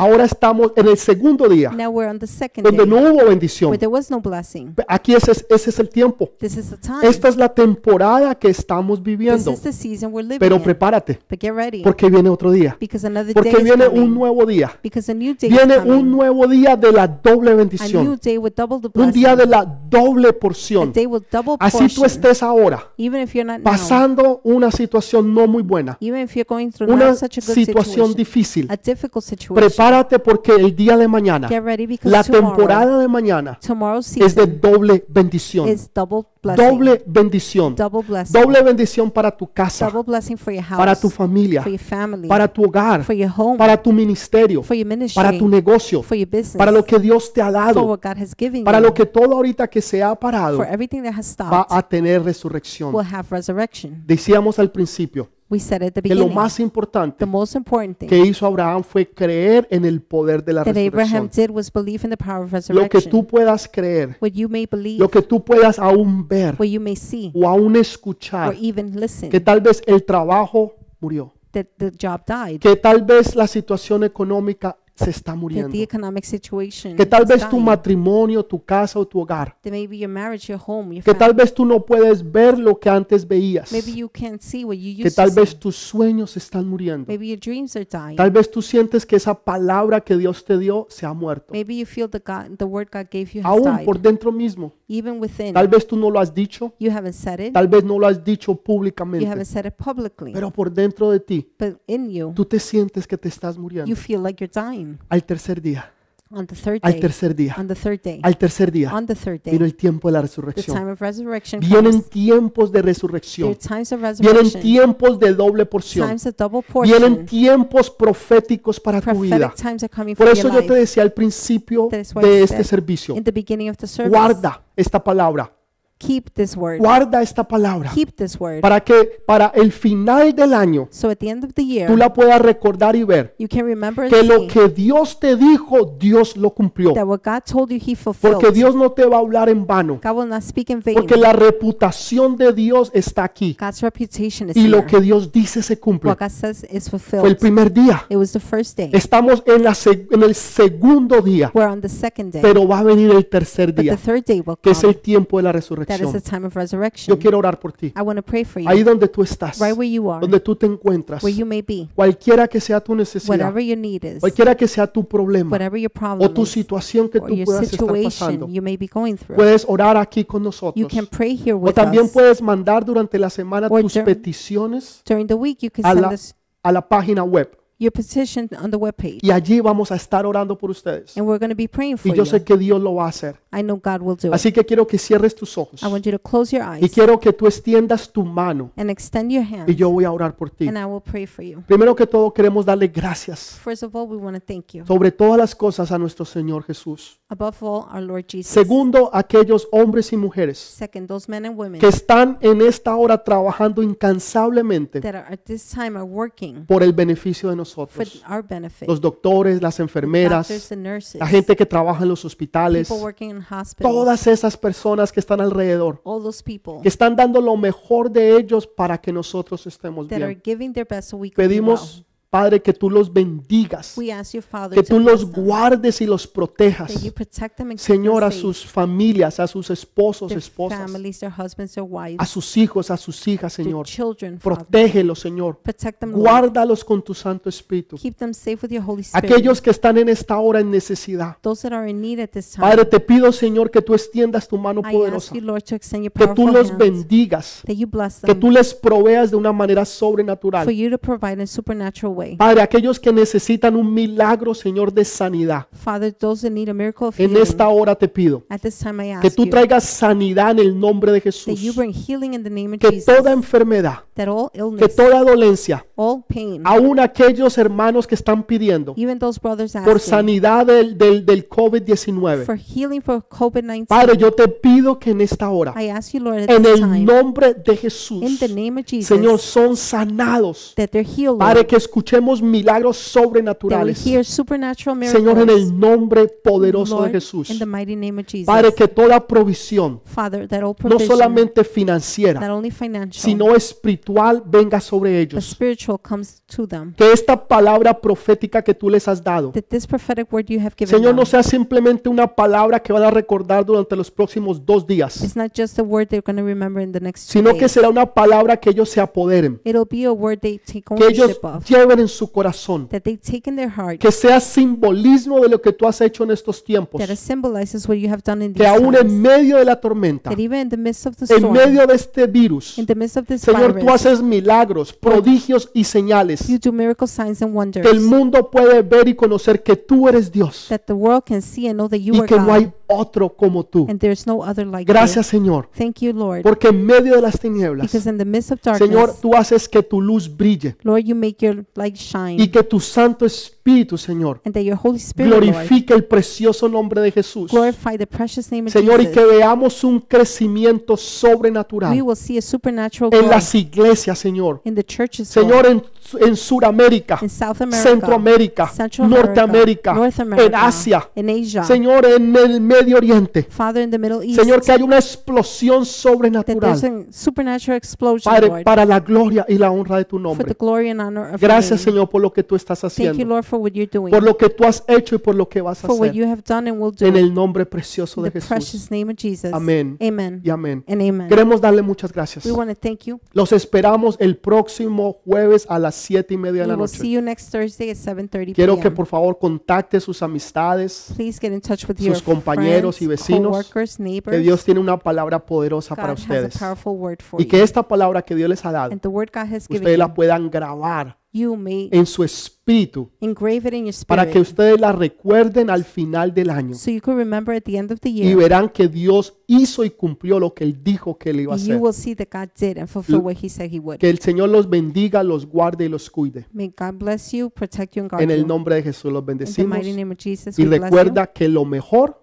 Speaker 1: Ahora estamos en el segundo día,
Speaker 2: Now we're on the second
Speaker 1: donde no
Speaker 2: day
Speaker 1: hubo bendición.
Speaker 2: where there was no blessing.
Speaker 1: Aquí ese es, ese es el tiempo.
Speaker 2: This is the time.
Speaker 1: Esta es la temporada que estamos
Speaker 2: This
Speaker 1: viviendo.
Speaker 2: is the season we're living
Speaker 1: Pero
Speaker 2: in.
Speaker 1: prepárate,
Speaker 2: But get ready
Speaker 1: porque viene otro día.
Speaker 2: because another day
Speaker 1: Porque
Speaker 2: is
Speaker 1: viene un
Speaker 2: coming.
Speaker 1: nuevo día.
Speaker 2: Because a new day is
Speaker 1: Viene un
Speaker 2: coming.
Speaker 1: nuevo día de la doble
Speaker 2: A new
Speaker 1: bendición.
Speaker 2: day with double the
Speaker 1: Un
Speaker 2: blessing.
Speaker 1: día de la doble
Speaker 2: A
Speaker 1: porción.
Speaker 2: day with double
Speaker 1: Así tú
Speaker 2: portion.
Speaker 1: estés ahora
Speaker 2: Even if you're not now.
Speaker 1: pasando una situación no muy buena,
Speaker 2: Even if you're going through
Speaker 1: una
Speaker 2: not such a good
Speaker 1: situación
Speaker 2: situation.
Speaker 1: difícil.
Speaker 2: A difficult situation.
Speaker 1: Prepárate porque el día de mañana,
Speaker 2: Get ready because
Speaker 1: la
Speaker 2: tomorrow,
Speaker 1: temporada de mañana
Speaker 2: tomorrow's
Speaker 1: es
Speaker 2: season
Speaker 1: de doble bendición.
Speaker 2: is double blessing.
Speaker 1: Doble bendición.
Speaker 2: double blessing.
Speaker 1: Doble bendición para tu casa,
Speaker 2: double blessing for your house.
Speaker 1: para tu familia,
Speaker 2: for your family.
Speaker 1: para tu hogar,
Speaker 2: for your home.
Speaker 1: para tu ministerio,
Speaker 2: for your ministry.
Speaker 1: para tu negocio,
Speaker 2: for your business.
Speaker 1: para lo que Dios te ha
Speaker 2: for
Speaker 1: dado,
Speaker 2: what God has given
Speaker 1: para
Speaker 2: you.
Speaker 1: lo que todo ahorita que se ha parado
Speaker 2: for everything that has
Speaker 1: va
Speaker 2: stopped
Speaker 1: a tener resurrección.
Speaker 2: will have resurrection.
Speaker 1: Decíamos al principio
Speaker 2: We said at the
Speaker 1: que lo
Speaker 2: beginning,
Speaker 1: más
Speaker 2: the
Speaker 1: importante
Speaker 2: most important
Speaker 1: que
Speaker 2: thing
Speaker 1: hizo Abraham fue creer en el poder de la
Speaker 2: that Abraham
Speaker 1: resurrección.
Speaker 2: did was believe in the power of
Speaker 1: Lo que
Speaker 2: resurrection.
Speaker 1: tú puedas creer
Speaker 2: What you may believe,
Speaker 1: lo que tú puedas aún ver
Speaker 2: what you may see,
Speaker 1: o aún
Speaker 2: or
Speaker 1: escuchar,
Speaker 2: even listen,
Speaker 1: que tal vez el trabajo murió,
Speaker 2: that the job died,
Speaker 1: que tal vez la situación económica se está
Speaker 2: that
Speaker 1: muriendo,
Speaker 2: the economic situation
Speaker 1: que tal
Speaker 2: is
Speaker 1: vez tu
Speaker 2: dying,
Speaker 1: matrimonio, tu casa o tu hogar,
Speaker 2: that maybe your marriage, your home, your
Speaker 1: que tal
Speaker 2: family,
Speaker 1: vez tú no puedes ver lo que antes veías,
Speaker 2: maybe
Speaker 1: que
Speaker 2: you can't see what you used
Speaker 1: tal
Speaker 2: to see,
Speaker 1: vez tus sueños están muriendo,
Speaker 2: maybe your dreams are dying,
Speaker 1: tal vez tú sientes que esa palabra que Dios te dio se ha muerto,
Speaker 2: maybe you feel the God, the word God gave you has
Speaker 1: aún
Speaker 2: died,
Speaker 1: por dentro mismo,
Speaker 2: even within,
Speaker 1: tal vez tú no lo has dicho,
Speaker 2: you haven't said it,
Speaker 1: tal vez no lo has dicho
Speaker 2: you haven't
Speaker 1: públicamente,
Speaker 2: said it publicly,
Speaker 1: pero por dentro de ti,
Speaker 2: but in you,
Speaker 1: tú te sientes que te estás muriendo.
Speaker 2: you feel like you're dying
Speaker 1: al tercer día,
Speaker 2: on the third
Speaker 1: al
Speaker 2: day,
Speaker 1: tercer día,
Speaker 2: on the third day,
Speaker 1: al tercer día,
Speaker 2: on the third day,
Speaker 1: vino el tiempo de la
Speaker 2: the
Speaker 1: resurrección.
Speaker 2: time of resurrection
Speaker 1: Vienen
Speaker 2: comes.
Speaker 1: tiempos de
Speaker 2: There are
Speaker 1: resurrección,
Speaker 2: times of
Speaker 1: vienen
Speaker 2: resurrection,
Speaker 1: tiempos de doble porción,
Speaker 2: times of double
Speaker 1: vienen
Speaker 2: portion,
Speaker 1: tiempos proféticos para tu vida.
Speaker 2: prophetic times are coming
Speaker 1: Por
Speaker 2: for
Speaker 1: eso
Speaker 2: your
Speaker 1: yo te
Speaker 2: life.
Speaker 1: decía al principio
Speaker 2: That's why
Speaker 1: de
Speaker 2: I
Speaker 1: este
Speaker 2: said,
Speaker 1: servicio,
Speaker 2: In the beginning of the service,
Speaker 1: guarda esta palabra,
Speaker 2: keep this word,
Speaker 1: guarda esta palabra,
Speaker 2: keep this word.
Speaker 1: para que para el final del año
Speaker 2: So at the end of the year,
Speaker 1: tú la puedas recordar y ver
Speaker 2: you can remember and
Speaker 1: que lo
Speaker 2: see
Speaker 1: que Dios te dijo, Dios lo cumplió,
Speaker 2: that what God told you, He fulfilled.
Speaker 1: porque Dios no te va a hablar en vano.
Speaker 2: God will not speak in vain.
Speaker 1: Porque la reputación de Dios está aquí.
Speaker 2: God's reputation is
Speaker 1: Y lo
Speaker 2: here.
Speaker 1: que Dios dice se cumple.
Speaker 2: What God says is
Speaker 1: Fue el
Speaker 2: fulfilled.
Speaker 1: primer día.
Speaker 2: It was the first day.
Speaker 1: Estamos en, la seg- en el segundo día.
Speaker 2: We're on the second day,
Speaker 1: Pero va a venir el tercer
Speaker 2: but the
Speaker 1: día,
Speaker 2: third day will
Speaker 1: que es
Speaker 2: come.
Speaker 1: el tiempo de la
Speaker 2: That is the
Speaker 1: resurrección.
Speaker 2: time of
Speaker 1: Yo
Speaker 2: resurrection.
Speaker 1: quiero orar por ti.
Speaker 2: I want to pray for
Speaker 1: Ahí
Speaker 2: you,
Speaker 1: donde tú estás,
Speaker 2: right where you are,
Speaker 1: donde tú te encuentras,
Speaker 2: where you may be,
Speaker 1: cualquiera que sea tu necesidad,
Speaker 2: whatever your need is,
Speaker 1: cualquiera que sea tu problema
Speaker 2: whatever your
Speaker 1: o
Speaker 2: problem
Speaker 1: tu
Speaker 2: is,
Speaker 1: situación que
Speaker 2: or
Speaker 1: tú
Speaker 2: your
Speaker 1: puedas estar pasando,
Speaker 2: situation you may be going through.
Speaker 1: puedes orar aquí con
Speaker 2: You
Speaker 1: nosotros.
Speaker 2: can pray here
Speaker 1: O
Speaker 2: with
Speaker 1: también
Speaker 2: us.
Speaker 1: puedes mandar durante la semana
Speaker 2: Or
Speaker 1: tus
Speaker 2: during-
Speaker 1: peticiones
Speaker 2: During the week, you can
Speaker 1: a
Speaker 2: send
Speaker 1: la,
Speaker 2: us
Speaker 1: a la página web
Speaker 2: your petition on the webpage,
Speaker 1: y allí vamos a estar orando por ustedes.
Speaker 2: and we're going to be praying for
Speaker 1: Y yo sé
Speaker 2: you.
Speaker 1: que Dios lo va a hacer.
Speaker 2: I know God will do it.
Speaker 1: Así que quiero que cierres tus ojos
Speaker 2: I want you to close your
Speaker 1: y
Speaker 2: eyes
Speaker 1: quiero que tú extiendas tu mano
Speaker 2: and extend your
Speaker 1: y
Speaker 2: hand,
Speaker 1: yo voy a orar por ti.
Speaker 2: and I will pray for you.
Speaker 1: Primero que todo queremos darle gracias
Speaker 2: First of all, we want to thank you.
Speaker 1: sobre todas las cosas a nuestro Señor Jesús.
Speaker 2: Above all, our Lord Jesus.
Speaker 1: Segundo, aquellos hombres y mujeres
Speaker 2: Second, those men and women
Speaker 1: que están en esta hora trabajando incansablemente
Speaker 2: that are at this time are working
Speaker 1: por el beneficio de
Speaker 2: for
Speaker 1: nosotros.
Speaker 2: our benefit.
Speaker 1: Los doctores, las
Speaker 2: Doctors
Speaker 1: enfermeras,
Speaker 2: and nurses,
Speaker 1: la gente que trabaja en los hospitales,
Speaker 2: people working in hospitals,
Speaker 1: todas esas personas que están alrededor.
Speaker 2: all those people
Speaker 1: que están dando lo mejor de ellos para que nosotros estemos
Speaker 2: that are
Speaker 1: bien.
Speaker 2: giving their best so we can be well.
Speaker 1: Pedimos, Padre, que tú los bendigas,
Speaker 2: We ask you, Father,
Speaker 1: que
Speaker 2: to
Speaker 1: tú
Speaker 2: bless
Speaker 1: los
Speaker 2: them,
Speaker 1: guardes y los
Speaker 2: that you
Speaker 1: protejas.
Speaker 2: protect them and keep them
Speaker 1: Señor, a
Speaker 2: safe,
Speaker 1: sus familias, a sus esposos,
Speaker 2: their
Speaker 1: esposas,
Speaker 2: families, their husbands, their
Speaker 1: a
Speaker 2: wives,
Speaker 1: sus hijos, a sus hijas,
Speaker 2: their
Speaker 1: Señor.
Speaker 2: children, Father.
Speaker 1: Protégelos, Señor.
Speaker 2: Protect them, Lord.
Speaker 1: Guárdalos con tu Santo Espíritu.
Speaker 2: Keep them safe with your Holy Spirit.
Speaker 1: Aquellos que están en esta hora en necesidad.
Speaker 2: Those that are in need at this time,
Speaker 1: Padre, te pido, Señor, que tú extiendas tu mano
Speaker 2: I ask
Speaker 1: poderosa,
Speaker 2: you, Lord, to extend your
Speaker 1: que tú
Speaker 2: powerful
Speaker 1: los
Speaker 2: hands,
Speaker 1: bendigas,
Speaker 2: that you bless
Speaker 1: que
Speaker 2: them,
Speaker 1: tú les proveas de una manera
Speaker 2: for
Speaker 1: sobrenatural.
Speaker 2: you to provide in a supernatural way.
Speaker 1: Padre, aquellos que necesitan un milagro, Señor, de sanidad,
Speaker 2: Father, those that need a miracle of
Speaker 1: en
Speaker 2: healing,
Speaker 1: esta hora te pido
Speaker 2: at this time I
Speaker 1: que
Speaker 2: ask
Speaker 1: tú
Speaker 2: you
Speaker 1: traigas sanidad en el nombre de
Speaker 2: that you
Speaker 1: Jesús.
Speaker 2: bring healing in the name of
Speaker 1: Que
Speaker 2: Jesus, Mm-hmm.
Speaker 1: toda enfermedad,
Speaker 2: that all
Speaker 1: que
Speaker 2: illness,
Speaker 1: toda dolencia,
Speaker 2: all pain,
Speaker 1: aún aquellos hermanos que están pidiendo
Speaker 2: even those brothers
Speaker 1: por
Speaker 2: asking
Speaker 1: sanidad del, del, del COVID-19.
Speaker 2: for healing for COVID-19,
Speaker 1: Padre, yo te pido que en esta hora,
Speaker 2: I ask you, Lord, at
Speaker 1: en
Speaker 2: this
Speaker 1: el
Speaker 2: time,
Speaker 1: nombre de
Speaker 2: in
Speaker 1: Jesús,
Speaker 2: the name of
Speaker 1: Señor,
Speaker 2: Jesus,
Speaker 1: son sanados.
Speaker 2: that they're healed,
Speaker 1: Padre,
Speaker 2: Lord,
Speaker 1: que escuchemos milagros
Speaker 2: that we
Speaker 1: sobrenaturales.
Speaker 2: hear supernatural
Speaker 1: Señor, en
Speaker 2: miracles.
Speaker 1: el nombre poderoso de
Speaker 2: Lord,
Speaker 1: Jesús.
Speaker 2: in the mighty name of Jesus.
Speaker 1: Padre, que toda provisión,
Speaker 2: Father, that
Speaker 1: no
Speaker 2: all provision,
Speaker 1: solamente
Speaker 2: not
Speaker 1: financiera,
Speaker 2: only financial,
Speaker 1: sino espiritual, venga sobre
Speaker 2: but
Speaker 1: ellos.
Speaker 2: spiritual comes to them.
Speaker 1: Que esta palabra profética que tú les has dado,
Speaker 2: That this prophetic word you have given
Speaker 1: Señor, no
Speaker 2: them
Speaker 1: sea simplemente una palabra que van a recordar durante los próximos dos días,
Speaker 2: is not just a word they're going to remember in the next two
Speaker 1: sino que
Speaker 2: days.
Speaker 1: será una palabra que ellos se apoderen,
Speaker 2: It'll be a word they take
Speaker 1: que ellos
Speaker 2: ownership of,
Speaker 1: lleven en su corazón,
Speaker 2: that they take in their heart,
Speaker 1: que sea simbolismo de lo que tú has hecho en estos tiempos,
Speaker 2: that it symbolizes what you have done in these
Speaker 1: que aún en
Speaker 2: times.
Speaker 1: medio de la tormenta,
Speaker 2: That even in the midst of the
Speaker 1: en
Speaker 2: storm,
Speaker 1: medio de este virus,
Speaker 2: in the midst of this
Speaker 1: Señor, tú
Speaker 2: virus,
Speaker 1: haces milagros, prodigios y señales
Speaker 2: you do miracle signs and wonders.
Speaker 1: que el mundo puede ver y conocer que tú eres Dios
Speaker 2: that the world can see and know that you
Speaker 1: y
Speaker 2: are
Speaker 1: que no
Speaker 2: God,
Speaker 1: hay otro como tú.
Speaker 2: and there's no other like
Speaker 1: Gracias, Señor,
Speaker 2: you. Thank you, Lord,
Speaker 1: porque en medio de las tinieblas,
Speaker 2: because in the midst of darkness,
Speaker 1: Señor, tú haces que tu luz brille
Speaker 2: Lord, you make your light shine,
Speaker 1: y que tu Santo Espíritu, Señor,
Speaker 2: and that your Holy Spirit, Lord,
Speaker 1: glorifique el precioso nombre de Jesús.
Speaker 2: glorify the precious name of
Speaker 1: Señor, y
Speaker 2: Jesus.
Speaker 1: que veamos un crecimiento
Speaker 2: we
Speaker 1: sobrenatural
Speaker 2: will see a supernatural
Speaker 1: en
Speaker 2: growth
Speaker 1: las iglesias, Señor.
Speaker 2: in the churches, Lord,
Speaker 1: Señor, en, en Sudamérica,
Speaker 2: in South America,
Speaker 1: Centroamérica,
Speaker 2: Central America,
Speaker 1: Norteamérica,
Speaker 2: North
Speaker 1: en
Speaker 2: America,
Speaker 1: Asia,
Speaker 2: in Asia,
Speaker 1: Señor, en el Medio Oriente.
Speaker 2: Father, in the Middle East,
Speaker 1: Señor, que hay una explosión
Speaker 2: that there's
Speaker 1: sobrenatural,
Speaker 2: a supernatural explosion,
Speaker 1: Padre,
Speaker 2: Lord,
Speaker 1: para la gloria y la honra de tu
Speaker 2: for the
Speaker 1: nombre.
Speaker 2: glory and honor of your
Speaker 1: Gracias,
Speaker 2: name.
Speaker 1: Señor, por lo que tú estás
Speaker 2: Thank you,
Speaker 1: haciendo,
Speaker 2: Lord, for what you're doing,
Speaker 1: por lo que tú has hecho y por lo que vas a
Speaker 2: for what
Speaker 1: hacer.
Speaker 2: you have done and will do.
Speaker 1: En el nombre precioso
Speaker 2: in
Speaker 1: de
Speaker 2: the
Speaker 1: Jesús.
Speaker 2: precious name of Jesus.
Speaker 1: Amén.
Speaker 2: Amen.
Speaker 1: Y amén.
Speaker 2: And amen.
Speaker 1: Queremos darle muchas gracias.
Speaker 2: We want to thank you.
Speaker 1: Los esperamos el próximo jueves a las siete y media de
Speaker 2: We
Speaker 1: la
Speaker 2: will see
Speaker 1: noche.
Speaker 2: you next Thursday at 7:30
Speaker 1: Quiero que
Speaker 2: p.m.
Speaker 1: por favor contacte sus amistades.
Speaker 2: Please get in touch with
Speaker 1: sus
Speaker 2: your
Speaker 1: compañeros
Speaker 2: friends,
Speaker 1: y vecinos,
Speaker 2: coworkers, neighbors.
Speaker 1: Que Dios tiene una palabra poderosa para
Speaker 2: God has
Speaker 1: ustedes.
Speaker 2: a powerful word for
Speaker 1: Y que
Speaker 2: you.
Speaker 1: esta palabra que Dios les ha dado,
Speaker 2: And the word God has given
Speaker 1: ustedes
Speaker 2: you,
Speaker 1: la puedan grabar
Speaker 2: you may
Speaker 1: en su espíritu
Speaker 2: engrave it in your
Speaker 1: para que
Speaker 2: spirit
Speaker 1: ustedes la recuerden al final del año
Speaker 2: so you can remember at the end of the
Speaker 1: y
Speaker 2: year.
Speaker 1: verán que Dios hizo y cumplió lo que Él dijo que Él iba a
Speaker 2: You
Speaker 1: hacer.
Speaker 2: will see that God did and fulfill
Speaker 1: L-
Speaker 2: what He said He would.
Speaker 1: Que el Señor los bendiga, los guarde y los cuide.
Speaker 2: May God bless you, protect you, and guard
Speaker 1: En el
Speaker 2: you.
Speaker 1: nombre de Jesús los
Speaker 2: In the
Speaker 1: bendecimos
Speaker 2: mighty name of Jesus,
Speaker 1: y
Speaker 2: we bless you.
Speaker 1: recuerda que lo mejor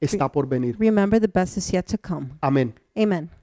Speaker 1: está por venir.
Speaker 2: Remember, the best is yet to come.
Speaker 1: Amén.
Speaker 2: Amen.